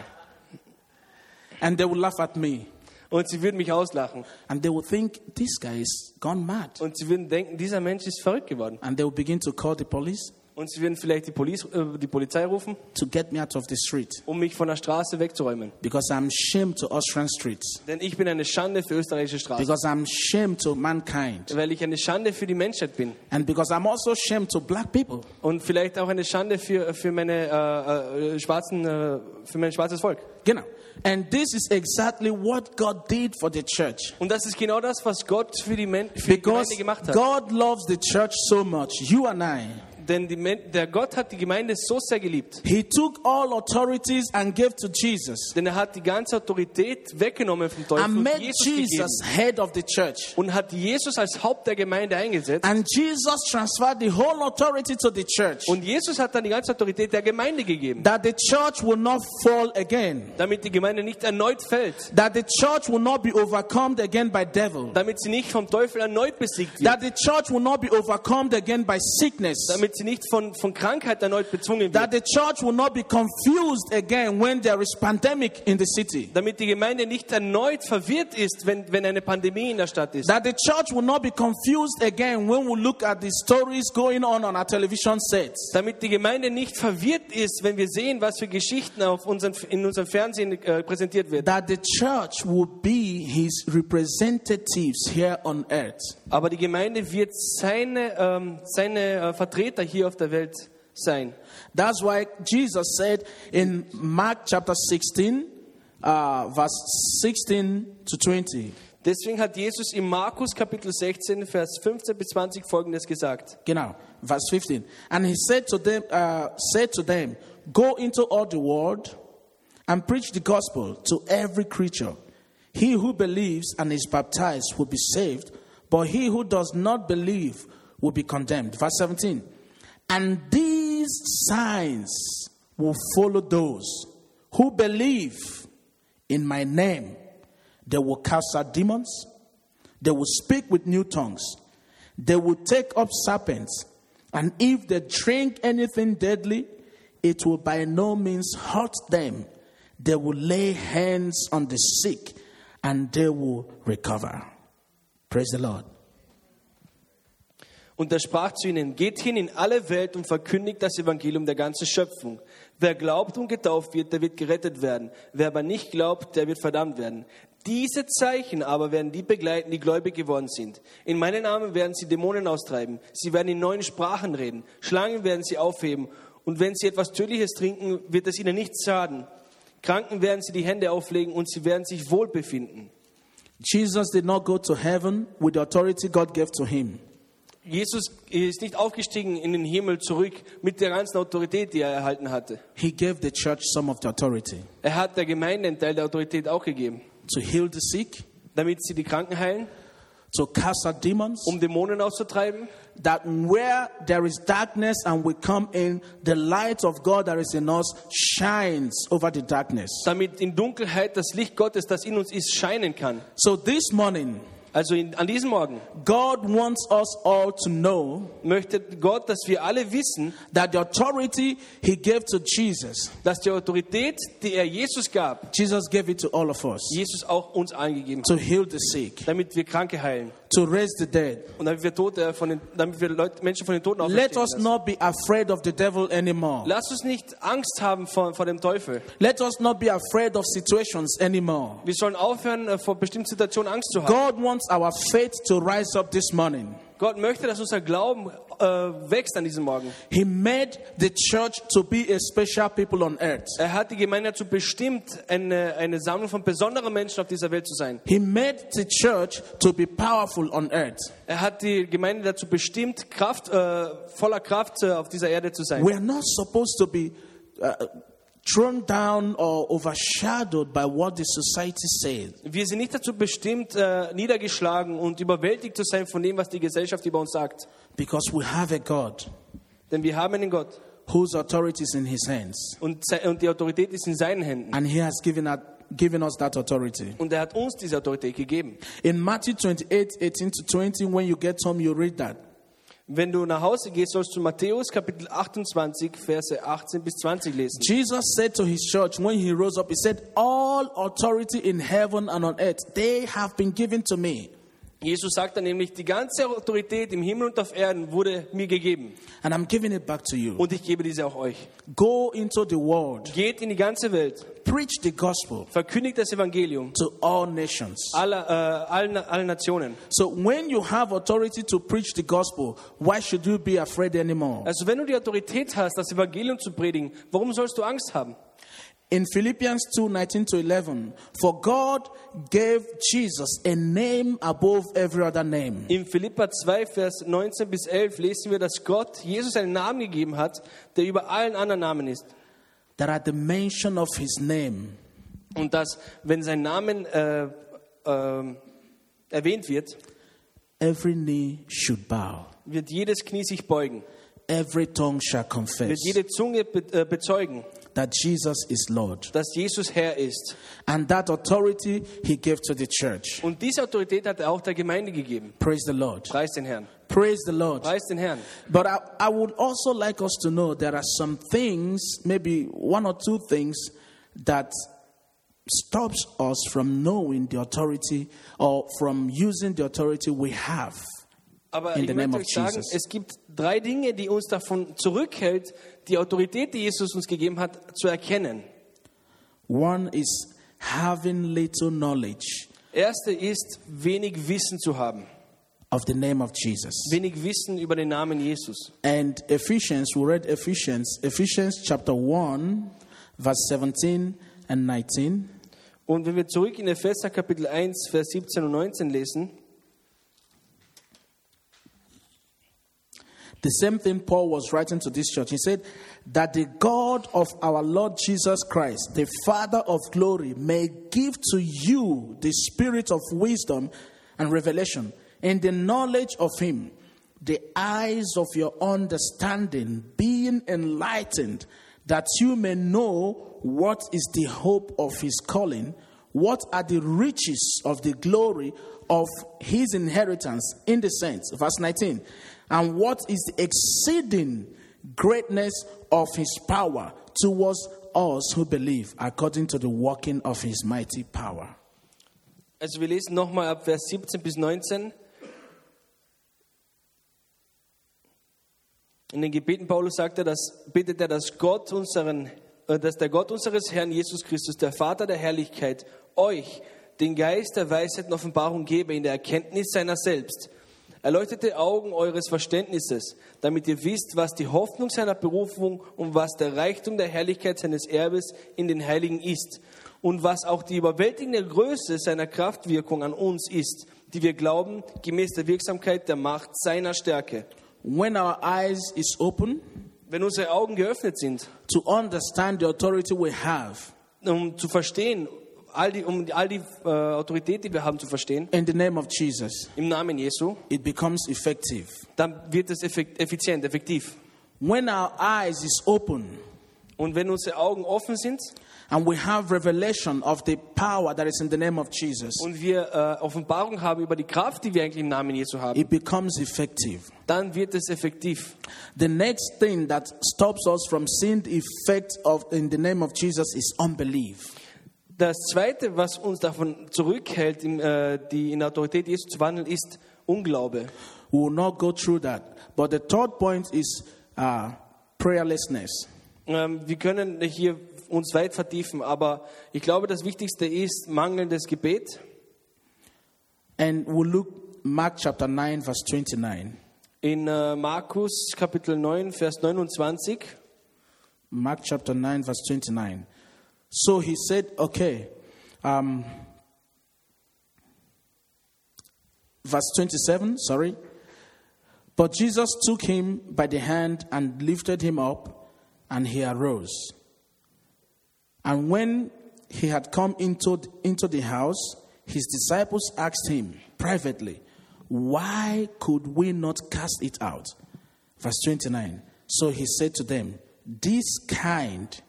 [SPEAKER 1] And they will laugh at me.
[SPEAKER 2] Und sie würden mich auslachen.
[SPEAKER 1] And they will think, this guy is gone mad.
[SPEAKER 2] Und sie würden denken, dieser Mensch ist verrückt geworden.
[SPEAKER 1] And they will begin to call the police
[SPEAKER 2] Und sie würden vielleicht die, Police, äh, die Polizei rufen,
[SPEAKER 1] to get me out of the street
[SPEAKER 2] um mich von der Straße wegzuräumen.
[SPEAKER 1] because I'm ashamed to Austrian streets,
[SPEAKER 2] Denn ich bin eine Schande für österreichische Straßen.
[SPEAKER 1] because I'm ashamed to mankind,
[SPEAKER 2] Weil ich eine Schande für die Menschheit bin.
[SPEAKER 1] and because I'm also ashamed to black people.
[SPEAKER 2] Und vielleicht auch eine Schande für, für, meine, äh, äh, schwarzen, äh, für mein schwarzes Volk.
[SPEAKER 1] You know. And this is exactly what God did for the church.
[SPEAKER 2] Und das ist genau das, was Gott für die, Men für die
[SPEAKER 1] Because
[SPEAKER 2] Gemeinde gemacht hat.
[SPEAKER 1] God loves the church so much, you and I.
[SPEAKER 2] Denn die Men der Gott hat die Gemeinde so sehr geliebt.
[SPEAKER 1] He took all authorities and gave to Jesus
[SPEAKER 2] Denn er hat die ganze Autorität weggenommen vom Teufel
[SPEAKER 1] and
[SPEAKER 2] und
[SPEAKER 1] made
[SPEAKER 2] Jesus gegeben.
[SPEAKER 1] Jesus head of the church.
[SPEAKER 2] Und hat Jesus als Haupt der Gemeinde eingesetzt.
[SPEAKER 1] And Jesus transferred the whole authority to the church
[SPEAKER 2] Und Jesus hat dann die ganze Autorität der Gemeinde gegeben.
[SPEAKER 1] that the church will not fall again,
[SPEAKER 2] Damit die Gemeinde nicht erneut fällt.
[SPEAKER 1] that the church will not be overcome again by devil,
[SPEAKER 2] Damit sie nicht vom Teufel erneut besiegt wird.
[SPEAKER 1] that the church will not be overcome again by sickness,
[SPEAKER 2] damit sie nicht von, von Krankheit erneut bezwungen
[SPEAKER 1] that
[SPEAKER 2] wird,
[SPEAKER 1] the church will not be confused again when there is pandemic in the city.
[SPEAKER 2] damit die Gemeinde nicht erneut verwirrt ist, wenn, wenn eine Pandemie in der Stadt ist,
[SPEAKER 1] That the church will not be confused again when we look at the stories going on on our television sets.
[SPEAKER 2] damit die Gemeinde nicht verwirrt ist, wenn wir sehen, was für Geschichten auf unseren, in unserem Fernsehen äh, präsentiert wird.
[SPEAKER 1] That the church will be his representatives here on earth.
[SPEAKER 2] Aber die Gemeinde wird seine, ähm, seine äh, Vertreter hier auf der Welt sein.
[SPEAKER 1] That's why Jesus said in Mark chapter 16, uh, verse 16 to 20.
[SPEAKER 2] Deswegen hat Jesus in Markus Kapitel 16, Vers 15 bis 20 Folgendes gesagt.
[SPEAKER 1] Genau, verse 15. And he said to them, uh, said to them, Go into all the world and preach the gospel to every creature. He who believes and is baptized will be saved, but he who does not believe will be condemned. Verse 17. And these signs will follow those who believe in my name. They will cast out demons, they will speak with new tongues, they will take up serpents, and if they drink anything deadly, it will by no means hurt them. They will lay hands on the sick and they will recover. Praise the Lord.
[SPEAKER 2] Und er sprach zu ihnen, geht hin in alle Welt und verkündigt das Evangelium der ganzen Schöpfung. Wer glaubt und getauft wird, der wird gerettet werden. Wer aber nicht glaubt, der wird verdammt werden. Diese Zeichen aber werden die begleiten, die gläubig geworden sind. In meinem Namen werden sie Dämonen austreiben. Sie werden in neuen Sprachen reden. Schlangen werden sie aufheben. Und wenn sie etwas Tödliches trinken, wird es ihnen nichts schaden. Kranken werden sie die Hände auflegen und sie werden sich wohlbefinden.
[SPEAKER 1] Jesus did not go to heaven with the authority God gave to him.
[SPEAKER 2] Jesus ist nicht aufgestiegen in den Himmel zurück mit der ganzen Autorität, die er erhalten hatte.
[SPEAKER 1] He gave the church some of the authority
[SPEAKER 2] Er hat der Gemeinde einen Teil der Autorität auch gegeben,
[SPEAKER 1] to heal the sick,
[SPEAKER 2] damit sie die Kranken heilen,
[SPEAKER 1] to cast out demons.
[SPEAKER 2] um Dämonen auszutreiben.
[SPEAKER 1] That where there is darkness and we come in, the light of God that is in us shines over the darkness.
[SPEAKER 2] damit in Dunkelheit das Licht Gottes, das in uns ist, scheinen kann.
[SPEAKER 1] So this morning,
[SPEAKER 2] Also in, an diesem Morgen
[SPEAKER 1] God wants us all to know
[SPEAKER 2] möchte Gott, dass wir alle wissen,
[SPEAKER 1] that the authority He gave to Jesus,
[SPEAKER 2] dass die Autorität, die er Jesus gab,
[SPEAKER 1] Jesus gave it to all of us
[SPEAKER 2] Jesus auch uns eingegeben hat,
[SPEAKER 1] to heal the sick,
[SPEAKER 2] damit wir Kranke heilen
[SPEAKER 1] to raise the dead.
[SPEAKER 2] und damit wir, Tote von den, damit wir Leute, Menschen von den Toten
[SPEAKER 1] Let
[SPEAKER 2] auferstehen
[SPEAKER 1] us
[SPEAKER 2] lassen.
[SPEAKER 1] not be afraid of the devil anymore.
[SPEAKER 2] Lass uns nicht Angst haben vor, vor dem Teufel.
[SPEAKER 1] Let us not be afraid of situations anymore.
[SPEAKER 2] Wir sollen aufhören, äh, vor bestimmten Situationen Angst zu haben.
[SPEAKER 1] God wants our faith to rise up this morning.
[SPEAKER 2] Gott möchte, dass unser Glauben äh, wächst an diesem Morgen.
[SPEAKER 1] He made the church to be a special people on earth.
[SPEAKER 2] Er hat die Gemeinde dazu bestimmt, eine, eine Sammlung von besonderen Menschen auf dieser Welt zu sein.
[SPEAKER 1] He made the church to be powerful on earth.
[SPEAKER 2] Er hat die Gemeinde dazu bestimmt, Kraft, äh, voller Kraft äh, auf dieser Erde zu sein.
[SPEAKER 1] We are not supposed to be uh, thrown down or overshadowed by what the society says.
[SPEAKER 2] Wir sind nicht dazu bestimmt, äh, niedergeschlagen und überwältigt zu sein von dem, was die Gesellschaft über uns sagt.
[SPEAKER 1] Because we have a God
[SPEAKER 2] Denn wir haben einen Gott
[SPEAKER 1] whose authority is in his hands.
[SPEAKER 2] und, se- und die Autorität ist in seinen Händen.
[SPEAKER 1] And he has given, us- given us that authority.
[SPEAKER 2] Und er hat uns diese Autorität gegeben.
[SPEAKER 1] In Matthew 28 18 to 20, when you get home, you read that.
[SPEAKER 2] Wenn du nach Hause gehst, sollst du Matthäus Kapitel 28, Verse 18 bis 20 lesen.
[SPEAKER 1] Jesus said to his church when he rose up, He said, All authority in heaven and on earth, they have been given to me.
[SPEAKER 2] Jesus sagt dann nämlich, die ganze Autorität im Himmel und auf Erden wurde mir gegeben.
[SPEAKER 1] And I'm giving it back to you.
[SPEAKER 2] Und ich gebe diese auch euch.
[SPEAKER 1] Go into the world,
[SPEAKER 2] Geht in die ganze Welt,
[SPEAKER 1] preach the gospel
[SPEAKER 2] verkündigt das Evangelium.
[SPEAKER 1] to all nations.
[SPEAKER 2] aller, äh, allen, allen Nationen.
[SPEAKER 1] So when you have authority to preach the gospel, why should you be afraid anymore?
[SPEAKER 2] Also wenn du die Autorität hast, das Evangelium zu predigen, warum sollst du Angst haben?
[SPEAKER 1] In Philippians 2 19 to 11, for God gave Jesus a name above every other name.
[SPEAKER 2] In Philippa 2, Vers 19 bis 11 lesen wir, dass Gott Jesus einen Namen gegeben hat, der über allen anderen Namen ist.
[SPEAKER 1] That at the mention of his name,
[SPEAKER 2] Und dass, wenn sein Name äh, ähm, erwähnt wird,
[SPEAKER 1] every knee should bow,
[SPEAKER 2] wird jedes Knie sich beugen,
[SPEAKER 1] every tongue shall confess
[SPEAKER 2] wird jede Zunge be äh, bezeugen,
[SPEAKER 1] that Jesus is Lord.
[SPEAKER 2] dass Jesus Herr ist.
[SPEAKER 1] And that authority he gave to the church.
[SPEAKER 2] Und diese Autorität hat er auch der Gemeinde gegeben.
[SPEAKER 1] Praise the Lord.
[SPEAKER 2] Preis den Herrn.
[SPEAKER 1] Praise the Lord.
[SPEAKER 2] Preis den Herrn.
[SPEAKER 1] But I, I would also like us to know there are some things, maybe one or two things, that stops us from knowing the authority or from using the authority we have.
[SPEAKER 2] Aber
[SPEAKER 1] In
[SPEAKER 2] ich
[SPEAKER 1] the
[SPEAKER 2] möchte
[SPEAKER 1] name of
[SPEAKER 2] euch sagen,
[SPEAKER 1] Jesus.
[SPEAKER 2] es gibt drei Dinge, die uns davon zurückhält, die Autorität, die Jesus uns gegeben hat, zu erkennen.
[SPEAKER 1] One is having little knowledge
[SPEAKER 2] Erste ist, wenig Wissen zu haben.
[SPEAKER 1] of the name of Jesus.
[SPEAKER 2] Wenig Wissen über den Namen Jesus.
[SPEAKER 1] And Ephesians, we read Ephesians, Ephesians chapter 1, verse 17 and 19.
[SPEAKER 2] Und wenn wir zurück in Epheser Kapitel 1, Vers 17 und 19 lesen,
[SPEAKER 1] The same thing Paul was writing to this church. He said, That the God of our Lord Jesus Christ, the Father of glory, may give to you the spirit of wisdom and revelation in the knowledge of Him, the eyes of your understanding being enlightened, that you may know what is the hope of His calling, what are the riches of the glory of His inheritance in the saints. Verse 19 and what is the exceeding greatness of his power towards us who believe, according to the working of his mighty power.
[SPEAKER 2] Also wir lesen nochmal ab Vers 17 bis 19. In den Gebeten Paulus sagt er, dass, bittet er, dass, Gott unseren, äh, dass der Gott unseres Herrn Jesus Christus, der Vater der Herrlichkeit, euch den Geist der Weisheit und Offenbarung gebe in der Erkenntnis seiner selbst. Erleuchtete Augen eures Verständnisses, damit ihr wisst, was die Hoffnung seiner Berufung und was der Reichtum der Herrlichkeit seines Erbes in den Heiligen ist und was auch die überwältigende Größe seiner Kraftwirkung an uns ist, die wir glauben, gemäß der Wirksamkeit der Macht seiner Stärke.
[SPEAKER 1] When our eyes is open
[SPEAKER 2] Wenn unsere Augen geöffnet sind,
[SPEAKER 1] to understand the authority we have
[SPEAKER 2] um zu verstehen, all die, um all die äh, Autorität, die wir haben, zu verstehen,
[SPEAKER 1] in the name of Jesus,
[SPEAKER 2] im Namen Jesu,
[SPEAKER 1] it becomes effective.
[SPEAKER 2] dann wird es effekt, effizient, effektiv.
[SPEAKER 1] When our eyes is open
[SPEAKER 2] Und wenn unsere Augen offen sind
[SPEAKER 1] and we have revelation of the power that is in the name of Jesus,
[SPEAKER 2] und wir äh, Offenbarung haben über die Kraft, die wir eigentlich im Namen Jesu haben,
[SPEAKER 1] it becomes effective.
[SPEAKER 2] dann wird es effektiv.
[SPEAKER 1] The next thing that stops us from seeing the effect of in the name of Jesus is unbelief.
[SPEAKER 2] Das Zweite, was uns davon zurückhält, im, äh, die in der Autorität Jesu zu wandeln, ist Unglaube.
[SPEAKER 1] We will not go through that. But the third point is uh, prayerlessness.
[SPEAKER 2] Ähm, wir können hier uns weit vertiefen, aber ich glaube, das Wichtigste ist mangelndes Gebet.
[SPEAKER 1] And we'll look Mark chapter 9, verse 29.
[SPEAKER 2] In äh, Markus Kapitel 9, Vers 29,
[SPEAKER 1] Mark chapter 9, verse 29. So he said, okay, um, verse 27, sorry. But Jesus took him by the hand and lifted him up, and he arose. And when he had come into, into the house, his disciples asked him privately, Why could we not cast it out? Verse 29. So he said to them, This kind,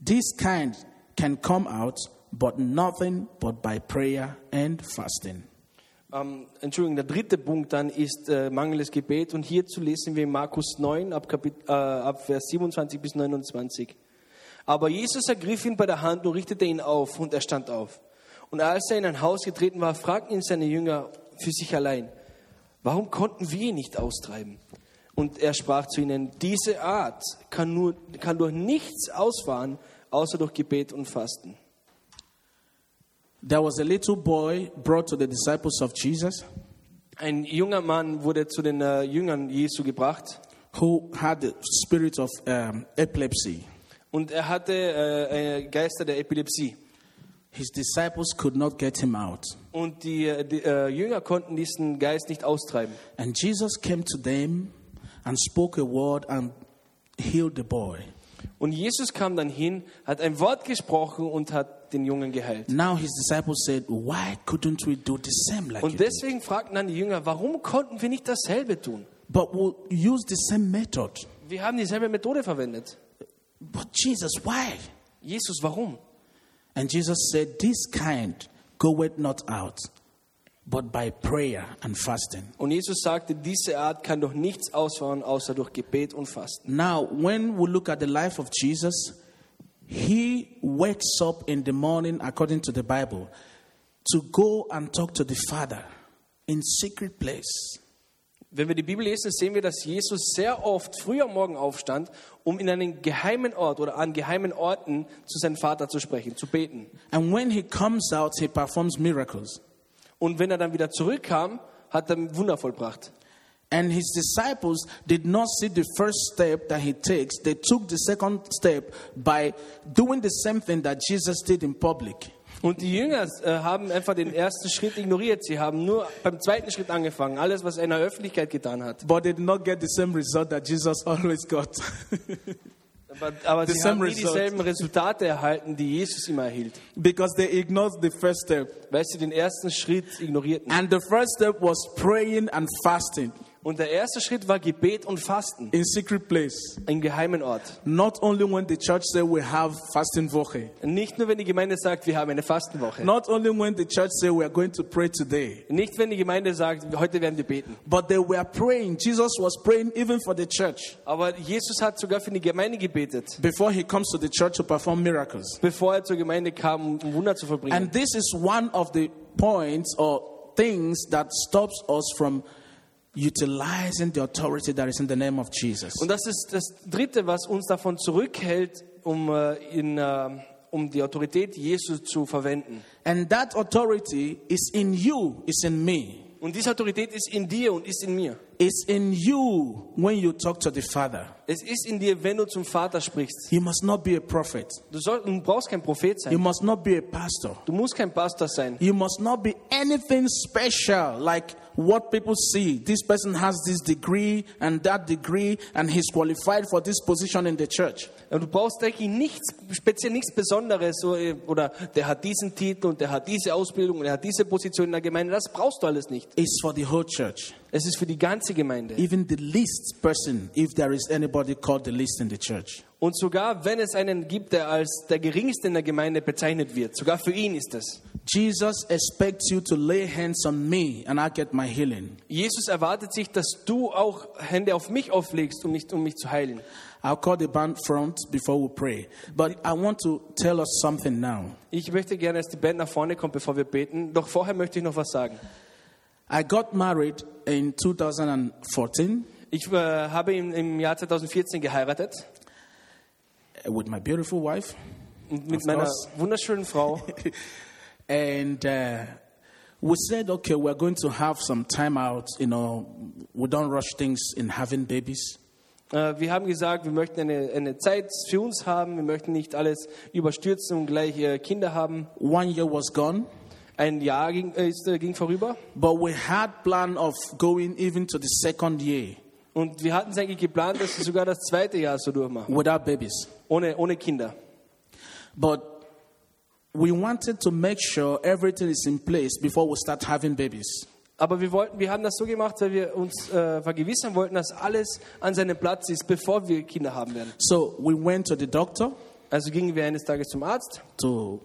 [SPEAKER 1] this kind can come out, but nothing but by prayer and fasting.
[SPEAKER 2] ähm, Entschuldigung, der dritte Punkt dann ist äh, mangelndes Gebet. Und hierzu lesen wir in Markus 9, ab, Kapit äh, ab Vers 27 bis 29. Aber Jesus ergriff ihn bei der Hand und richtete ihn auf, und er stand auf. Und als er in ein Haus getreten war, fragten ihn seine Jünger für sich allein, warum konnten wir ihn nicht austreiben? Und er sprach zu ihnen, diese Art kann, nur, kann durch nichts ausfahren, außer durch Gebet und Fasten.
[SPEAKER 1] There was a little boy brought to the disciples of Jesus
[SPEAKER 2] Ein junger Mann wurde zu den äh, Jüngern Jesu gebracht
[SPEAKER 1] who had the spirit of um, epilepsy.
[SPEAKER 2] und er hatte äh, äh, Geister der Epilepsie.
[SPEAKER 1] His disciples could not get him out.
[SPEAKER 2] Und die, äh, die äh, Jünger konnten diesen Geist nicht austreiben.
[SPEAKER 1] And Jesus came to them and spoke a word and healed the boy.
[SPEAKER 2] Und Jesus kam dann hin, hat ein Wort gesprochen und hat den Jungen geheilt.
[SPEAKER 1] Now his disciples said, Why couldn't we do the same like you
[SPEAKER 2] Und
[SPEAKER 1] did?
[SPEAKER 2] deswegen fragten dann die Jünger, warum konnten wir nicht dasselbe tun?
[SPEAKER 1] But we'll use the same method.
[SPEAKER 2] Wir haben dieselbe Methode verwendet.
[SPEAKER 1] But Jesus, why?
[SPEAKER 2] Jesus, warum?
[SPEAKER 1] And Jesus said, This kind goeth not out, but by prayer and fasting.
[SPEAKER 2] Und Jesus sagte, diese Art kann durch nichts ausfahren, außer durch Gebet und Fasten.
[SPEAKER 1] Now, when we look at the life of Jesus, he wakes up in the morning, according to the Bible, to go and talk to the Father in secret place.
[SPEAKER 2] Wenn wir die Bibel lesen, sehen wir, dass Jesus sehr oft früh am Morgen aufstand, um in einen geheimen Ort oder an geheimen Orten zu seinem Vater zu sprechen, zu beten.
[SPEAKER 1] And when he comes out, he performs miracles.
[SPEAKER 2] Und wenn er dann wieder zurückkam, hat er Wunder vollbracht.
[SPEAKER 1] And his disciples did not see the first step that he takes. They took the second step by doing the same thing that Jesus did in public.
[SPEAKER 2] Und die Jünger äh, haben einfach den ersten Schritt ignoriert. Sie haben nur beim zweiten Schritt angefangen. Alles, was er in der Öffentlichkeit getan hat.
[SPEAKER 1] But they did not get the same result that Jesus *laughs* always got.
[SPEAKER 2] Aber, aber
[SPEAKER 1] The
[SPEAKER 2] sie
[SPEAKER 1] same
[SPEAKER 2] haben nie
[SPEAKER 1] result.
[SPEAKER 2] dieselben Resultate erhalten, die Jesus immer erhielt.
[SPEAKER 1] because they ignored the first step.
[SPEAKER 2] Weil sie den ersten Schritt ignorierten.
[SPEAKER 1] And the first step was praying and fasting
[SPEAKER 2] Und der erste Schritt war Gebet und Fasten.
[SPEAKER 1] in secret place.
[SPEAKER 2] Im geheimen Ort.
[SPEAKER 1] Not only when the church said we have fasting Woche,
[SPEAKER 2] Nicht nur, wenn die Gemeinde sagt, wir haben eine Fastenwoche.
[SPEAKER 1] not only when the church said we are going to pray today,
[SPEAKER 2] Nicht, wenn die Gemeinde sagt, heute werden wir beten.
[SPEAKER 1] but they were praying. Jesus was praying even for the church
[SPEAKER 2] Aber Jesus hat sogar für die Gemeinde gebetet,
[SPEAKER 1] before he comes to the church to perform miracles.
[SPEAKER 2] bevor er zur Gemeinde kam, um ein Wunder zu vollbringen.
[SPEAKER 1] And this is one of the points or things that stops us from utilizing the authority that is in the name of Jesus.
[SPEAKER 2] Und das ist das Dritte, was uns davon zurückhält, um, äh, in, äh, um die Autorität Jesu zu verwenden.
[SPEAKER 1] And that authority is in you, is in me.
[SPEAKER 2] Und diese Autorität ist in dir und ist in mir.
[SPEAKER 1] It's in you when you talk to the Father.
[SPEAKER 2] Es ist in dir, wenn du zum Vater sprichst.
[SPEAKER 1] You must not be a prophet.
[SPEAKER 2] Du, soll, du brauchst kein Prophet
[SPEAKER 1] You
[SPEAKER 2] sein.
[SPEAKER 1] must not be a pastor.
[SPEAKER 2] Du musst kein Pastor sein.
[SPEAKER 1] You must not be anything special like what people see. This person has this degree and that degree, and he's qualified for this position in the church.
[SPEAKER 2] Aber Du brauchst eigentlich nichts, speziell nichts Besonderes so, äh, oder der hat diesen Titel und der hat diese Ausbildung und der hat diese Position in der Gemeinde. Das brauchst du alles nicht.
[SPEAKER 1] It's for the whole church.
[SPEAKER 2] Es ist für die ganze Gemeinde.
[SPEAKER 1] Even the least person, if there is anybody called the least in the church.
[SPEAKER 2] Und sogar wenn es einen gibt, der als der geringste in der Gemeinde bezeichnet wird, sogar für ihn ist es.
[SPEAKER 1] Jesus expects you to lay hands on me and I get my healing.
[SPEAKER 2] Jesus erwartet sich, dass du auch Hände auf mich auflegst, um mich, um mich zu heilen.
[SPEAKER 1] I'll call the band front before we pray. But I want to tell us something now.
[SPEAKER 2] Ich möchte gerne, dass die Band nach vorne kommt, bevor wir beten. Doch vorher möchte ich noch was sagen.
[SPEAKER 1] I got married in 2014
[SPEAKER 2] Ich äh, habe im, im Jahr 2014 geheiratet
[SPEAKER 1] uh, with my beautiful wife.
[SPEAKER 2] und mit
[SPEAKER 1] Of
[SPEAKER 2] meiner
[SPEAKER 1] course.
[SPEAKER 2] wunderschönen Frau.
[SPEAKER 1] *laughs* and uh, we said, okay, we're going to have some time out. You know, we don't rush things in having babies.
[SPEAKER 2] Äh, wir haben gesagt, wir möchten eine, eine Zeit für uns haben. Wir möchten nicht alles überstürzen und gleich äh, Kinder haben.
[SPEAKER 1] One year was gone,
[SPEAKER 2] Ein Jahr ging, äh, ist, äh, ging vorüber.
[SPEAKER 1] but we had plan of going even to the second year
[SPEAKER 2] Und wir hatten es eigentlich geplant, dass wir sogar das zweite Jahr so durchmachen,
[SPEAKER 1] without babies.
[SPEAKER 2] ohne, ohne Kinder.
[SPEAKER 1] But we wanted to make sure everything is in place before we start having babies.
[SPEAKER 2] Aber wir, wollten, wir haben das so gemacht, weil wir uns äh, vergewissern wollten, dass alles an seinem Platz ist, bevor wir Kinder haben werden.
[SPEAKER 1] So we went to the doctor
[SPEAKER 2] Also gingen wir eines Tages zum Arzt,
[SPEAKER 1] to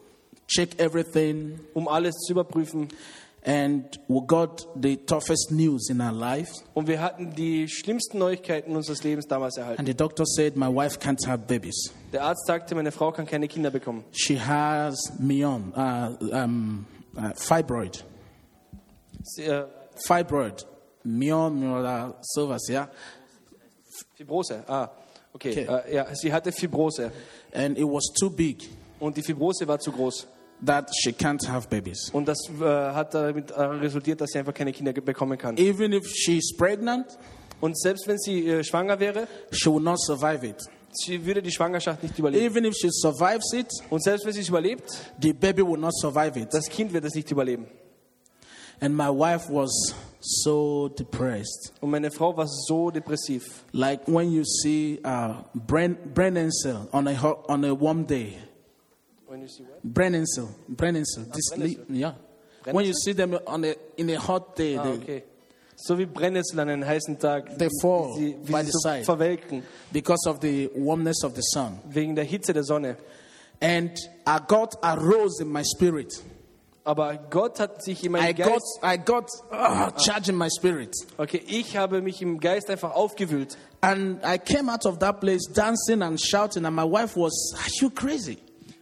[SPEAKER 1] check everything,
[SPEAKER 2] um alles zu überprüfen.
[SPEAKER 1] and we got the toughest news in our life.
[SPEAKER 2] Und wir hatten die schlimmsten Neuigkeiten unseres Lebens damals erhalten.
[SPEAKER 1] And the doctor said, My wife can't have babies.
[SPEAKER 2] Der Arzt sagte, meine Frau kann keine Kinder bekommen.
[SPEAKER 1] She has myom, uh, um, uh, fibroid.
[SPEAKER 2] Sie, äh,
[SPEAKER 1] Fibroid. Myom, myora, silvers, yeah?
[SPEAKER 2] Fibrose, ah, okay.
[SPEAKER 1] Okay.
[SPEAKER 2] Äh, ja, sie hatte Fibrose
[SPEAKER 1] And it was too big
[SPEAKER 2] und die Fibrose war zu groß.
[SPEAKER 1] that she can't have babies.
[SPEAKER 2] Und das äh, hat damit äh, resultiert, dass sie einfach keine Kinder ge- bekommen kann.
[SPEAKER 1] Even if she's pregnant,
[SPEAKER 2] Und selbst wenn sie äh, schwanger wäre,
[SPEAKER 1] she will not survive it.
[SPEAKER 2] sie würde die Schwangerschaft nicht überleben.
[SPEAKER 1] Even if she survives it,
[SPEAKER 2] Und selbst wenn sie es überlebt,
[SPEAKER 1] the baby will not survive it.
[SPEAKER 2] das Kind wird es nicht überleben.
[SPEAKER 1] And my wife was so depressed.
[SPEAKER 2] Und meine Frau war so depressiv.
[SPEAKER 1] Like when you see uh, Bren, Brennan cell on a, ho- on a warm day.
[SPEAKER 2] When you see what?
[SPEAKER 1] Brennan cell. Brennan cell. This
[SPEAKER 2] Brennan
[SPEAKER 1] le- yeah. When you see them on a, in a hot day,
[SPEAKER 2] Ah,
[SPEAKER 1] they,
[SPEAKER 2] okay. So wie Brennnessel an einem heißen Tag,
[SPEAKER 1] They fall
[SPEAKER 2] wie sie,
[SPEAKER 1] by
[SPEAKER 2] wie sie
[SPEAKER 1] the
[SPEAKER 2] so
[SPEAKER 1] side.
[SPEAKER 2] verwelken
[SPEAKER 1] because of the warmness of the sun.
[SPEAKER 2] wegen der Hitze der Sonne.
[SPEAKER 1] And I got arose in my spirit.
[SPEAKER 2] Aber Gott hat sich
[SPEAKER 1] I
[SPEAKER 2] in meinem
[SPEAKER 1] got,
[SPEAKER 2] Geist,
[SPEAKER 1] I got
[SPEAKER 2] Uh-huh.
[SPEAKER 1] uh, charge in my spirit.
[SPEAKER 2] okay, ich habe mich im Geist einfach aufgewühlt.
[SPEAKER 1] And I came out of that place dancing and shouting, and my wife was, Are you crazy?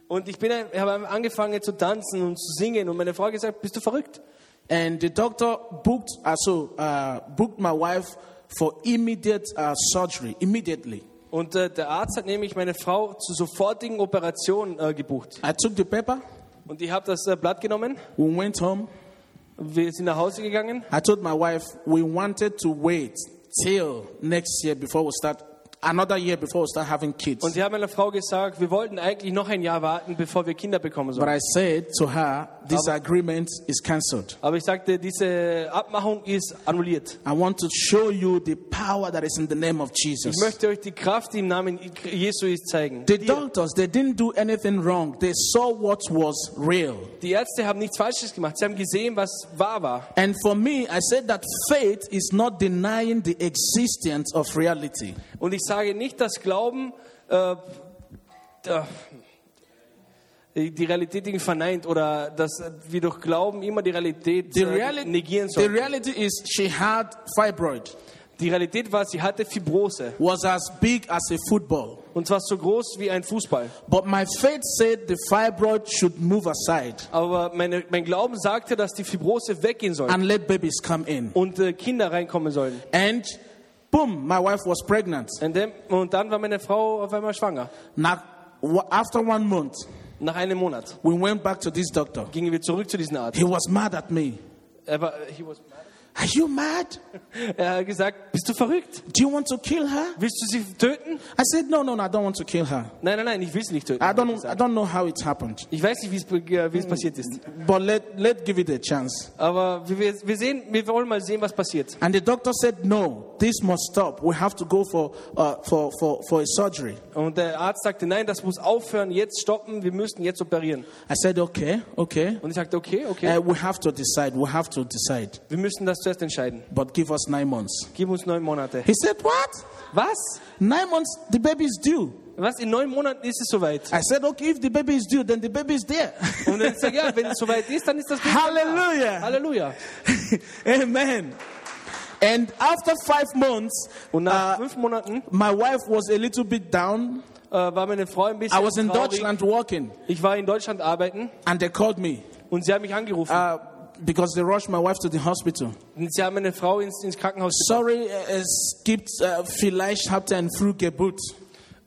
[SPEAKER 2] Und ich bin, ein- habe angefangen zu tanzen und zu singen. Und meine Frau hat gesagt, bist du verrückt?
[SPEAKER 1] And the doctor booked, uh, so, uh, booked my wife for immediate uh, surgery, immediately.
[SPEAKER 2] Und äh, der Arzt hat nämlich meine Frau zur sofortigen Operation äh, gebucht.
[SPEAKER 1] I took the paper,
[SPEAKER 2] Und ich habe das äh, Blatt genommen.
[SPEAKER 1] we went home.
[SPEAKER 2] Wir sind nach Hause gegangen.
[SPEAKER 1] I told my wife we wanted to wait till next year before we start another year before we start having kids.
[SPEAKER 2] Und sie haben meiner Frau gesagt, wir wollten eigentlich noch ein Jahr warten, bevor wir Kinder bekommen
[SPEAKER 1] But
[SPEAKER 2] sollen.
[SPEAKER 1] I said to her, this agreement is cancelled.
[SPEAKER 2] Aber ich sagte, diese Abmachung ist annulliert.
[SPEAKER 1] I want to show you the power that is in the name of Jesus.
[SPEAKER 2] Ich möchte euch die Kraft, die im Namen Jesu ist, zeigen.
[SPEAKER 1] The
[SPEAKER 2] Die,
[SPEAKER 1] doctors, they didn't do anything wrong. They saw what was real.
[SPEAKER 2] die Ärzte haben nichts Falsches gemacht. Sie haben gesehen, was wahr war.
[SPEAKER 1] And for me, I said that faith is not denying the existence of reality.
[SPEAKER 2] Und ich sage nicht, dass Glauben äh, da- die Realität irgendwie verneint oder dass wir durch Glauben immer die Realität
[SPEAKER 1] The,
[SPEAKER 2] äh,
[SPEAKER 1] reali-
[SPEAKER 2] negieren
[SPEAKER 1] the
[SPEAKER 2] sollen.
[SPEAKER 1] reality is she had fibroid,
[SPEAKER 2] Die Realität war, sie hatte Fibrose
[SPEAKER 1] was as big as a football.
[SPEAKER 2] und zwar so groß wie ein Fußball.
[SPEAKER 1] But my faith said the fibroid should move aside
[SPEAKER 2] Aber meine, mein Glauben sagte, dass die Fibrose weggehen soll
[SPEAKER 1] and let babies come in.
[SPEAKER 2] und äh, Kinder reinkommen sollen.
[SPEAKER 1] And boom, my wife was pregnant.
[SPEAKER 2] Und dann- und dann war meine Frau auf einmal schwanger.
[SPEAKER 1] Now, wa- after one month,
[SPEAKER 2] Nach einem Monat
[SPEAKER 1] we went back to this doctor.
[SPEAKER 2] gingen wir zurück zu diesem Arzt.
[SPEAKER 1] He was mad at me.
[SPEAKER 2] Er, war, he was, *laughs*
[SPEAKER 1] Are you mad?
[SPEAKER 2] er hat gesagt, bist du verrückt?
[SPEAKER 1] Do you want to kill her?
[SPEAKER 2] Willst du sie töten?
[SPEAKER 1] I said, no, no, no, I don't want to kill her.
[SPEAKER 2] Nein, nein, nein, ich will sie nicht töten.
[SPEAKER 1] I
[SPEAKER 2] hat er
[SPEAKER 1] don't,
[SPEAKER 2] gesagt.
[SPEAKER 1] I don't know how it happened,
[SPEAKER 2] Ich weiß nicht, wie es äh,
[SPEAKER 1] Hm.
[SPEAKER 2] wie es passiert ist.
[SPEAKER 1] but let, let's give it a chance.
[SPEAKER 2] Aber wir- wir, wir, sehen, wir wollen mal sehen, was passiert.
[SPEAKER 1] And the doctor said, no, this must stop. We have to go for, uh, for, for, for a surgery.
[SPEAKER 2] Und der Arzt sagte, nein, das muss aufhören, jetzt stoppen, wir müssen jetzt operieren.
[SPEAKER 1] I said, okay, okay.
[SPEAKER 2] Und ich sagte, okay, okay,
[SPEAKER 1] Uh, we have to decide. We have to decide.
[SPEAKER 2] wir müssen das zuerst entscheiden.
[SPEAKER 1] But give us nine months.
[SPEAKER 2] Gib uns neun Monate.
[SPEAKER 1] He said, what?
[SPEAKER 2] Was?
[SPEAKER 1] Nine months, the baby is due.
[SPEAKER 2] Was? In neun Monaten ist es soweit.
[SPEAKER 1] I said, okay, if the baby is due, then the baby is there. *laughs*
[SPEAKER 2] Und dann sagt ja, wenn es soweit ist, dann ist das Kind da.
[SPEAKER 1] Hallelujah.
[SPEAKER 2] Halleluja.
[SPEAKER 1] Amen. And after five months,
[SPEAKER 2] Und nach
[SPEAKER 1] uh,
[SPEAKER 2] fünf Monaten
[SPEAKER 1] my wife was a little bit down.
[SPEAKER 2] äh, war meine Frau ein bisschen
[SPEAKER 1] I was in
[SPEAKER 2] traurig.
[SPEAKER 1] Deutschland working,
[SPEAKER 2] Ich war in Deutschland arbeiten
[SPEAKER 1] and they called me
[SPEAKER 2] und sie haben mich angerufen.
[SPEAKER 1] uh, because they rushed my wife to the hospital.
[SPEAKER 2] Und sie haben meine Frau ins, ins Krankenhaus
[SPEAKER 1] Sorry, es gibt uh, vielleicht habt ihr ein Früh Geburt.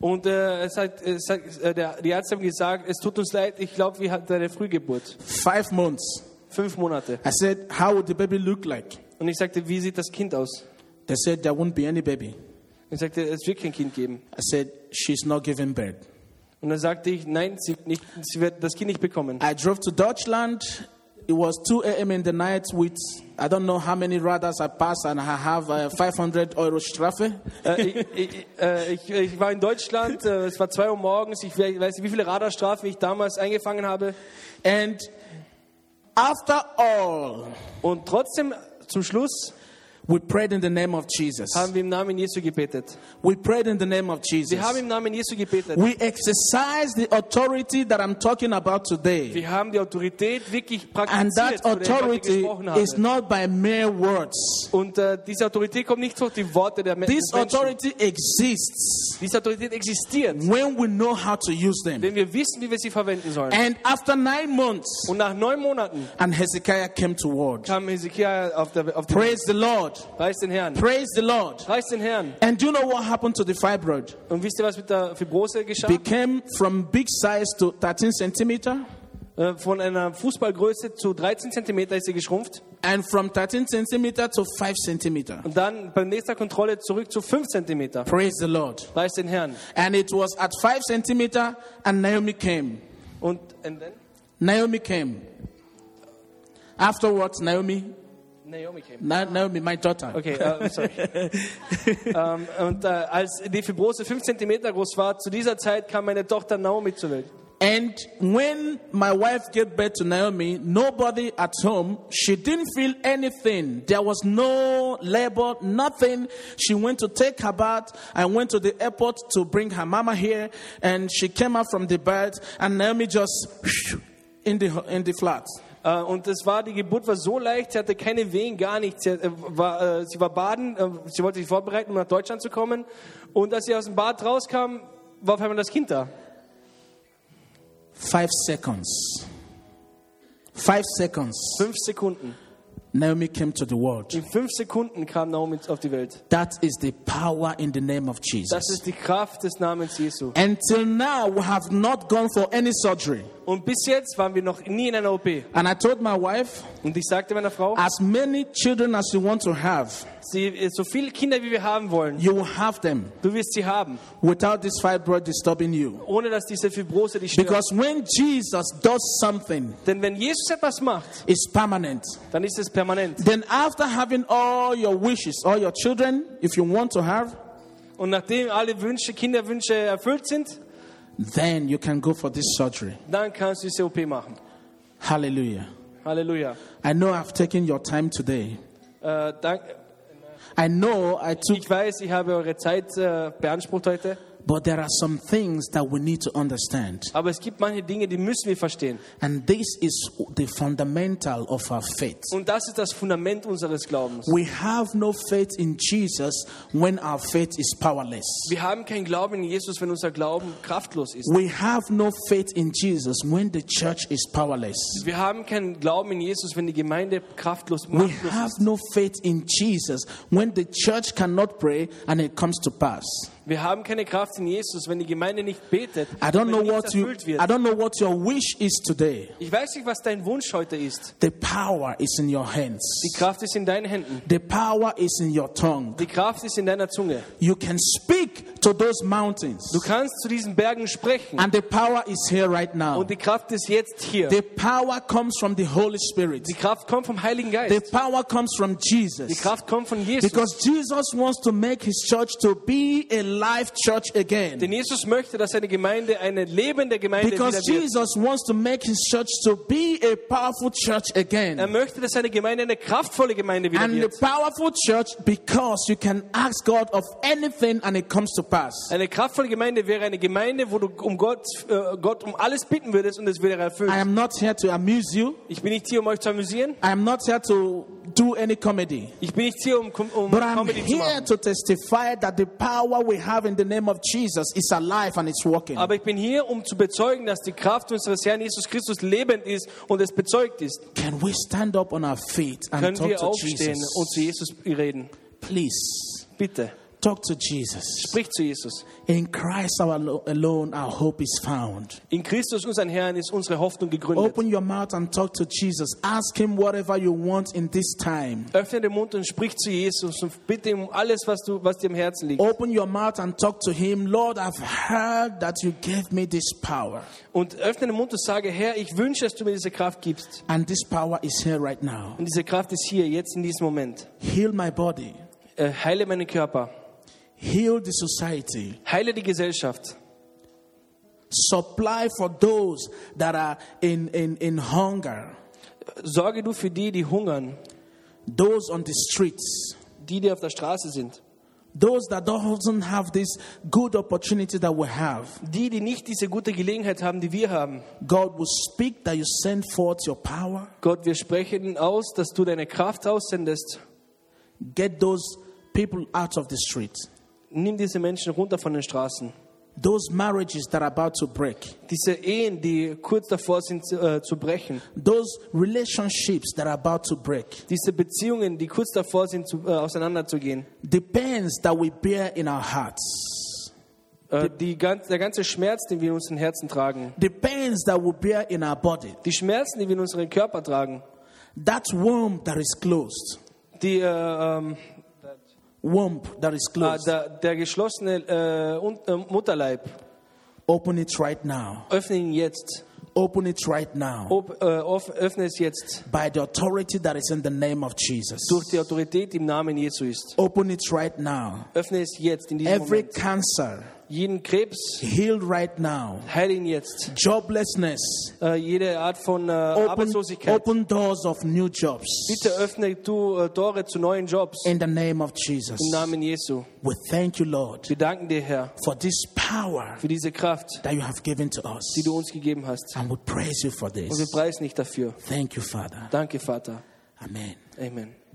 [SPEAKER 2] Und äh, es hat, es hat, äh, der, die Ärzte haben gesagt, es tut uns leid, ich glaube, wir hatten eine Frühgeburt.
[SPEAKER 1] Five months.
[SPEAKER 2] Fünf Monate.
[SPEAKER 1] I said, how would the baby look like?
[SPEAKER 2] Und ich sagte, wie sieht das Kind aus?
[SPEAKER 1] They said there won't be any baby.
[SPEAKER 2] Ich sagte, es wird kein Kind geben.
[SPEAKER 1] I said, she's not giving birth.
[SPEAKER 2] Und dann sagte ich, nein, sie, nicht, sie wird das Kind
[SPEAKER 1] *laughs*
[SPEAKER 2] nicht bekommen.
[SPEAKER 1] I drove to Deutschland. It was 2 a.m. in the night with I don't know how many radars I passed, and I have a 500 euro Strafe.
[SPEAKER 2] äh, ich, ich, äh, ich, ich war in Deutschland, äh, es war zwei Uhr morgens, ich we- weiß nicht, wie viele Radarstrafen ich damals eingefangen habe.
[SPEAKER 1] And after all,
[SPEAKER 2] Und trotzdem, zum Schluss,
[SPEAKER 1] we prayed in the name of Jesus.
[SPEAKER 2] haben wir im Namen Jesu gebetet.
[SPEAKER 1] We prayed in the name of
[SPEAKER 2] Wir haben
[SPEAKER 1] Jesus.
[SPEAKER 2] im Namen Jesu gebetet.
[SPEAKER 1] We exercised the authority that I'm talking about today.
[SPEAKER 2] Wir haben die Autorität wirklich
[SPEAKER 1] And that
[SPEAKER 2] praktiziert, von der ich heute
[SPEAKER 1] authority
[SPEAKER 2] gesprochen habe.
[SPEAKER 1] is not by mere words.
[SPEAKER 2] Und äh, diese Autorität kommt nicht durch die Worte der Me- des
[SPEAKER 1] This
[SPEAKER 2] Menschen.
[SPEAKER 1] authority exists
[SPEAKER 2] Diese Autorität existiert,
[SPEAKER 1] when we know how to use them.
[SPEAKER 2] wenn wir wissen, wie wir sie verwenden sollen.
[SPEAKER 1] And after nine months,
[SPEAKER 2] Und nach neun Monaten
[SPEAKER 1] And Hezekiah came to word.
[SPEAKER 2] kam Hezekiah auf der auf den
[SPEAKER 1] Praise the Lord.
[SPEAKER 2] Preis den Herrn.
[SPEAKER 1] Praise the Lord.
[SPEAKER 2] Preis den Herrn.
[SPEAKER 1] And do you know what happened to the fibroid?
[SPEAKER 2] Und wisst ihr, was mit der Fibrose geschah?
[SPEAKER 1] Became from big size to 13 centimeter,
[SPEAKER 2] Äh, Von einer Fußballgröße zu 13 cm ist sie geschrumpft
[SPEAKER 1] and from 13 centimeter to 5 centimeter.
[SPEAKER 2] und dann bei nächster Kontrolle zurück zu 5 cm.
[SPEAKER 1] Praise the Lord.
[SPEAKER 2] Preis den Herrn.
[SPEAKER 1] And it was at 5 centimeter, and Naomi came.
[SPEAKER 2] Und and then
[SPEAKER 1] Naomi came. Afterwards, Naomi,
[SPEAKER 2] Naomi came.
[SPEAKER 1] Na- Naomi, my daughter.
[SPEAKER 2] Okay, äh,
[SPEAKER 1] *laughs*
[SPEAKER 2] sorry. ähm, und äh, als die Fibrose 5 cm groß war, zu dieser Zeit kam meine Tochter Naomi zur Welt.
[SPEAKER 1] And when my wife gave birth to Naomi, nobody at home, she didn't feel anything. There was no labor, nothing. She went to take her bath and went to the airport to bring her mama here. And she came out from the bath, and Naomi just *sniffs* in the, in the flat.
[SPEAKER 2] Äh, Und es war, die Geburt war so leicht, sie hatte keine Wehen, gar nichts. Sie, hat, äh, war, äh, sie war baden, äh, sie wollte sich vorbereiten, um nach Deutschland zu kommen. Und als sie aus dem Bad rauskam, war auf einmal das Kind da.
[SPEAKER 1] Five seconds. Five seconds.
[SPEAKER 2] Fünf Sekunden.
[SPEAKER 1] Naomi came to the world.
[SPEAKER 2] In fünf Sekunden kam Naomi auf die Welt.
[SPEAKER 1] That is the power in the name of
[SPEAKER 2] Das
[SPEAKER 1] Jesus.
[SPEAKER 2] ist die Kraft des Namens Jesu.
[SPEAKER 1] Until now, we have not gone for any surgery.
[SPEAKER 2] Und bis jetzt waren wir noch nie in einer OP.
[SPEAKER 1] And I told my wife,
[SPEAKER 2] Und ich sagte meiner Frau,
[SPEAKER 1] as many children as you want to have,
[SPEAKER 2] sie, äh, so viele Kinder wie wir haben wollen.
[SPEAKER 1] You will have them
[SPEAKER 2] Du wirst sie haben,
[SPEAKER 1] without this fibroid disturbing you.
[SPEAKER 2] ohne dass diese Fibrose dich stört.
[SPEAKER 1] Because when Jesus does something,
[SPEAKER 2] Denn wenn Jesus etwas macht,
[SPEAKER 1] it's permanent.
[SPEAKER 2] dann ist es permanent.
[SPEAKER 1] Then, after having all your wishes, all your children, if you want to have,
[SPEAKER 2] Und nachdem alle Wünsche, Kinderwünsche erfüllt sind,
[SPEAKER 1] then you can go for this surgery.
[SPEAKER 2] dann kannst du diese OP machen.
[SPEAKER 1] Hallelujah.
[SPEAKER 2] Halleluja.
[SPEAKER 1] I know I've taken your time today.
[SPEAKER 2] Äh, dank,
[SPEAKER 1] I know I took,
[SPEAKER 2] ich weiß, ich habe eure Zeit äh, beansprucht heute,
[SPEAKER 1] but there are some things that we need to understand.
[SPEAKER 2] aber es gibt manche Dinge, die müssen wir verstehen.
[SPEAKER 1] And this is the fundamental of our faith.
[SPEAKER 2] Und das ist das Fundament unseres Glaubens.
[SPEAKER 1] We have no faith in Jesus when our faith is powerless.
[SPEAKER 2] Wir haben keinen Glauben in Jesus, wenn unser Glauben kraftlos ist.
[SPEAKER 1] We have no faith in Jesus when the church is powerless.
[SPEAKER 2] Wir haben keinen Glauben in Jesus, wenn die Gemeinde kraftlos
[SPEAKER 1] We
[SPEAKER 2] machtlos
[SPEAKER 1] have
[SPEAKER 2] ist.
[SPEAKER 1] no faith in Jesus when the church cannot pray and it comes to pass.
[SPEAKER 2] Wir haben keine Kraft in Jesus, wenn die Gemeinde nicht betet,
[SPEAKER 1] I don't
[SPEAKER 2] wenn
[SPEAKER 1] know
[SPEAKER 2] nichts
[SPEAKER 1] what you
[SPEAKER 2] erfüllt
[SPEAKER 1] I
[SPEAKER 2] wird.
[SPEAKER 1] don't know what your wish is today.
[SPEAKER 2] Ich weiß nicht, was dein Wunsch heute ist.
[SPEAKER 1] The power is in your hands.
[SPEAKER 2] Die Kraft ist in deinen Händen.
[SPEAKER 1] The power is in your tongue.
[SPEAKER 2] Die Kraft ist in deiner Zunge.
[SPEAKER 1] You can speak to those mountains.
[SPEAKER 2] Du kannst zu diesen Bergen sprechen.
[SPEAKER 1] And the power is here right now.
[SPEAKER 2] Und die Kraft ist jetzt hier.
[SPEAKER 1] The power comes from the Holy Spirit.
[SPEAKER 2] Die Kraft kommt vom Heiligen
[SPEAKER 1] The
[SPEAKER 2] Geist.
[SPEAKER 1] power comes from
[SPEAKER 2] Die
[SPEAKER 1] Jesus.
[SPEAKER 2] Kraft kommt von Jesus.
[SPEAKER 1] Because Jesus wants to make his church to be a live church
[SPEAKER 2] Denn
[SPEAKER 1] again.
[SPEAKER 2] Jesus möchte, dass seine Gemeinde eine lebende Gemeinde
[SPEAKER 1] Because
[SPEAKER 2] wieder wird.
[SPEAKER 1] Jesus wants to make his church to be a powerful church
[SPEAKER 2] Er
[SPEAKER 1] again.
[SPEAKER 2] möchte, dass seine Gemeinde eine kraftvolle Gemeinde wieder
[SPEAKER 1] And a
[SPEAKER 2] wird.
[SPEAKER 1] powerful church because you can ask God of anything and it comes to pass.
[SPEAKER 2] Eine kraftvolle Gemeinde wäre eine Gemeinde, wo du um Gott, äh, Gott um alles bitten würdest und es wäre
[SPEAKER 1] I
[SPEAKER 2] erfüllt.
[SPEAKER 1] am not here to amuse you.
[SPEAKER 2] Ich bin nicht hier, um euch zu amüsieren.
[SPEAKER 1] I am not here to do any comedy.
[SPEAKER 2] Ich bin nicht hier, um, Com- um
[SPEAKER 1] But I'm
[SPEAKER 2] Comedy zu
[SPEAKER 1] here
[SPEAKER 2] machen.
[SPEAKER 1] to testify that the power we have in the name of Jesus is alive and it's working.
[SPEAKER 2] Aber ich bin hier, um zu bezeugen, dass die Kraft unseres Herrn Jesus Christus lebend ist und es bezeugt ist.
[SPEAKER 1] Can we stand up on our feet and
[SPEAKER 2] Können
[SPEAKER 1] talk
[SPEAKER 2] wir
[SPEAKER 1] to
[SPEAKER 2] aufstehen
[SPEAKER 1] Jesus?
[SPEAKER 2] und zu Jesus reden?
[SPEAKER 1] Please
[SPEAKER 2] Bitte,
[SPEAKER 1] talk to Jesus.
[SPEAKER 2] sprich zu Jesus.
[SPEAKER 1] In Christ our lo- alone our hope is found.
[SPEAKER 2] In Christus, unseren Herrn, ist unsere Hoffnung gegründet.
[SPEAKER 1] Open your mouth and talk to Jesus. Ask him whatever you want in this time.
[SPEAKER 2] Öffne den Mund und sprich zu Jesus und bitte ihm um alles, was, du, was dir im Herzen liegt.
[SPEAKER 1] Open your mouth and talk to him. Lord, I've heard that you gave me this power.
[SPEAKER 2] Und öffne den Mund und sage, Herr, ich wünsche, dass du mir diese Kraft gibst.
[SPEAKER 1] And this power is here right now.
[SPEAKER 2] Und diese Kraft ist hier, jetzt in diesem Moment.
[SPEAKER 1] Heal my body.
[SPEAKER 2] Äh, heile meinen Körper.
[SPEAKER 1] Heal the society.
[SPEAKER 2] Heile die Gesellschaft.
[SPEAKER 1] Supply for those that are in, in, in hunger,
[SPEAKER 2] Sorge du für die, die hungern,
[SPEAKER 1] those on the streets,
[SPEAKER 2] die, die auf der Straße sind.
[SPEAKER 1] those that doesn't have this good opportunity that we have.
[SPEAKER 2] Die, die nicht diese gute Gelegenheit haben, die wir haben.
[SPEAKER 1] God will speak that you send forth your power.
[SPEAKER 2] Gott, wir sprechen aus, dass du deine Kraft aussendest.
[SPEAKER 1] Get those people out of the street.
[SPEAKER 2] Nimm diese Menschen runter von den Straßen.
[SPEAKER 1] Those marriages that are about to break,
[SPEAKER 2] Diese Ehen, die kurz davor sind zu- äh, zu brechen.
[SPEAKER 1] those relationships that are about to break,
[SPEAKER 2] Diese Beziehungen, die kurz davor sind, zu, äh, auseinanderzugehen.
[SPEAKER 1] the pains that we bear in our hearts,
[SPEAKER 2] Äh, die ganz, der ganze Schmerz, den wir in unseren Herzen tragen.
[SPEAKER 1] the pains that we bear in our body,
[SPEAKER 2] Die Schmerzen, die wir in unseren Körper tragen.
[SPEAKER 1] that womb that is closed,
[SPEAKER 2] Die, äh, ähm,
[SPEAKER 1] womb that is
[SPEAKER 2] Ah,
[SPEAKER 1] closed.
[SPEAKER 2] der, der geschlossene äh, Un- äh, Mutterleib,
[SPEAKER 1] Open it right now.
[SPEAKER 2] öffne ihn jetzt.
[SPEAKER 1] Open it right now.
[SPEAKER 2] Ob, äh, off, öffne es jetzt
[SPEAKER 1] By the authority that is in the name of Jesus.
[SPEAKER 2] durch die Autorität, die im Namen Jesu ist.
[SPEAKER 1] Open it right now.
[SPEAKER 2] Öffne es jetzt in diesem
[SPEAKER 1] Every
[SPEAKER 2] Moment.
[SPEAKER 1] cancer
[SPEAKER 2] Jeden Krebs,
[SPEAKER 1] healed right now.
[SPEAKER 2] heile ihn jetzt.
[SPEAKER 1] Joblessness.
[SPEAKER 2] Äh, jede Art von äh,
[SPEAKER 1] Open,
[SPEAKER 2] Arbeitslosigkeit.
[SPEAKER 1] open doors of new jobs.
[SPEAKER 2] Bitte öffne du äh, Tore zu neuen Jobs
[SPEAKER 1] In the name of Jesus.
[SPEAKER 2] im Namen Jesu.
[SPEAKER 1] We thank you, Lord,
[SPEAKER 2] Wir danken dir, Herr,
[SPEAKER 1] for this power
[SPEAKER 2] für diese Kraft,
[SPEAKER 1] that you have given to us.
[SPEAKER 2] die du uns gegeben hast.
[SPEAKER 1] And we praise you for this.
[SPEAKER 2] Und wir preisen dich dafür.
[SPEAKER 1] Thank you, Father.
[SPEAKER 2] Danke, Vater.
[SPEAKER 1] Amen.
[SPEAKER 2] Amen.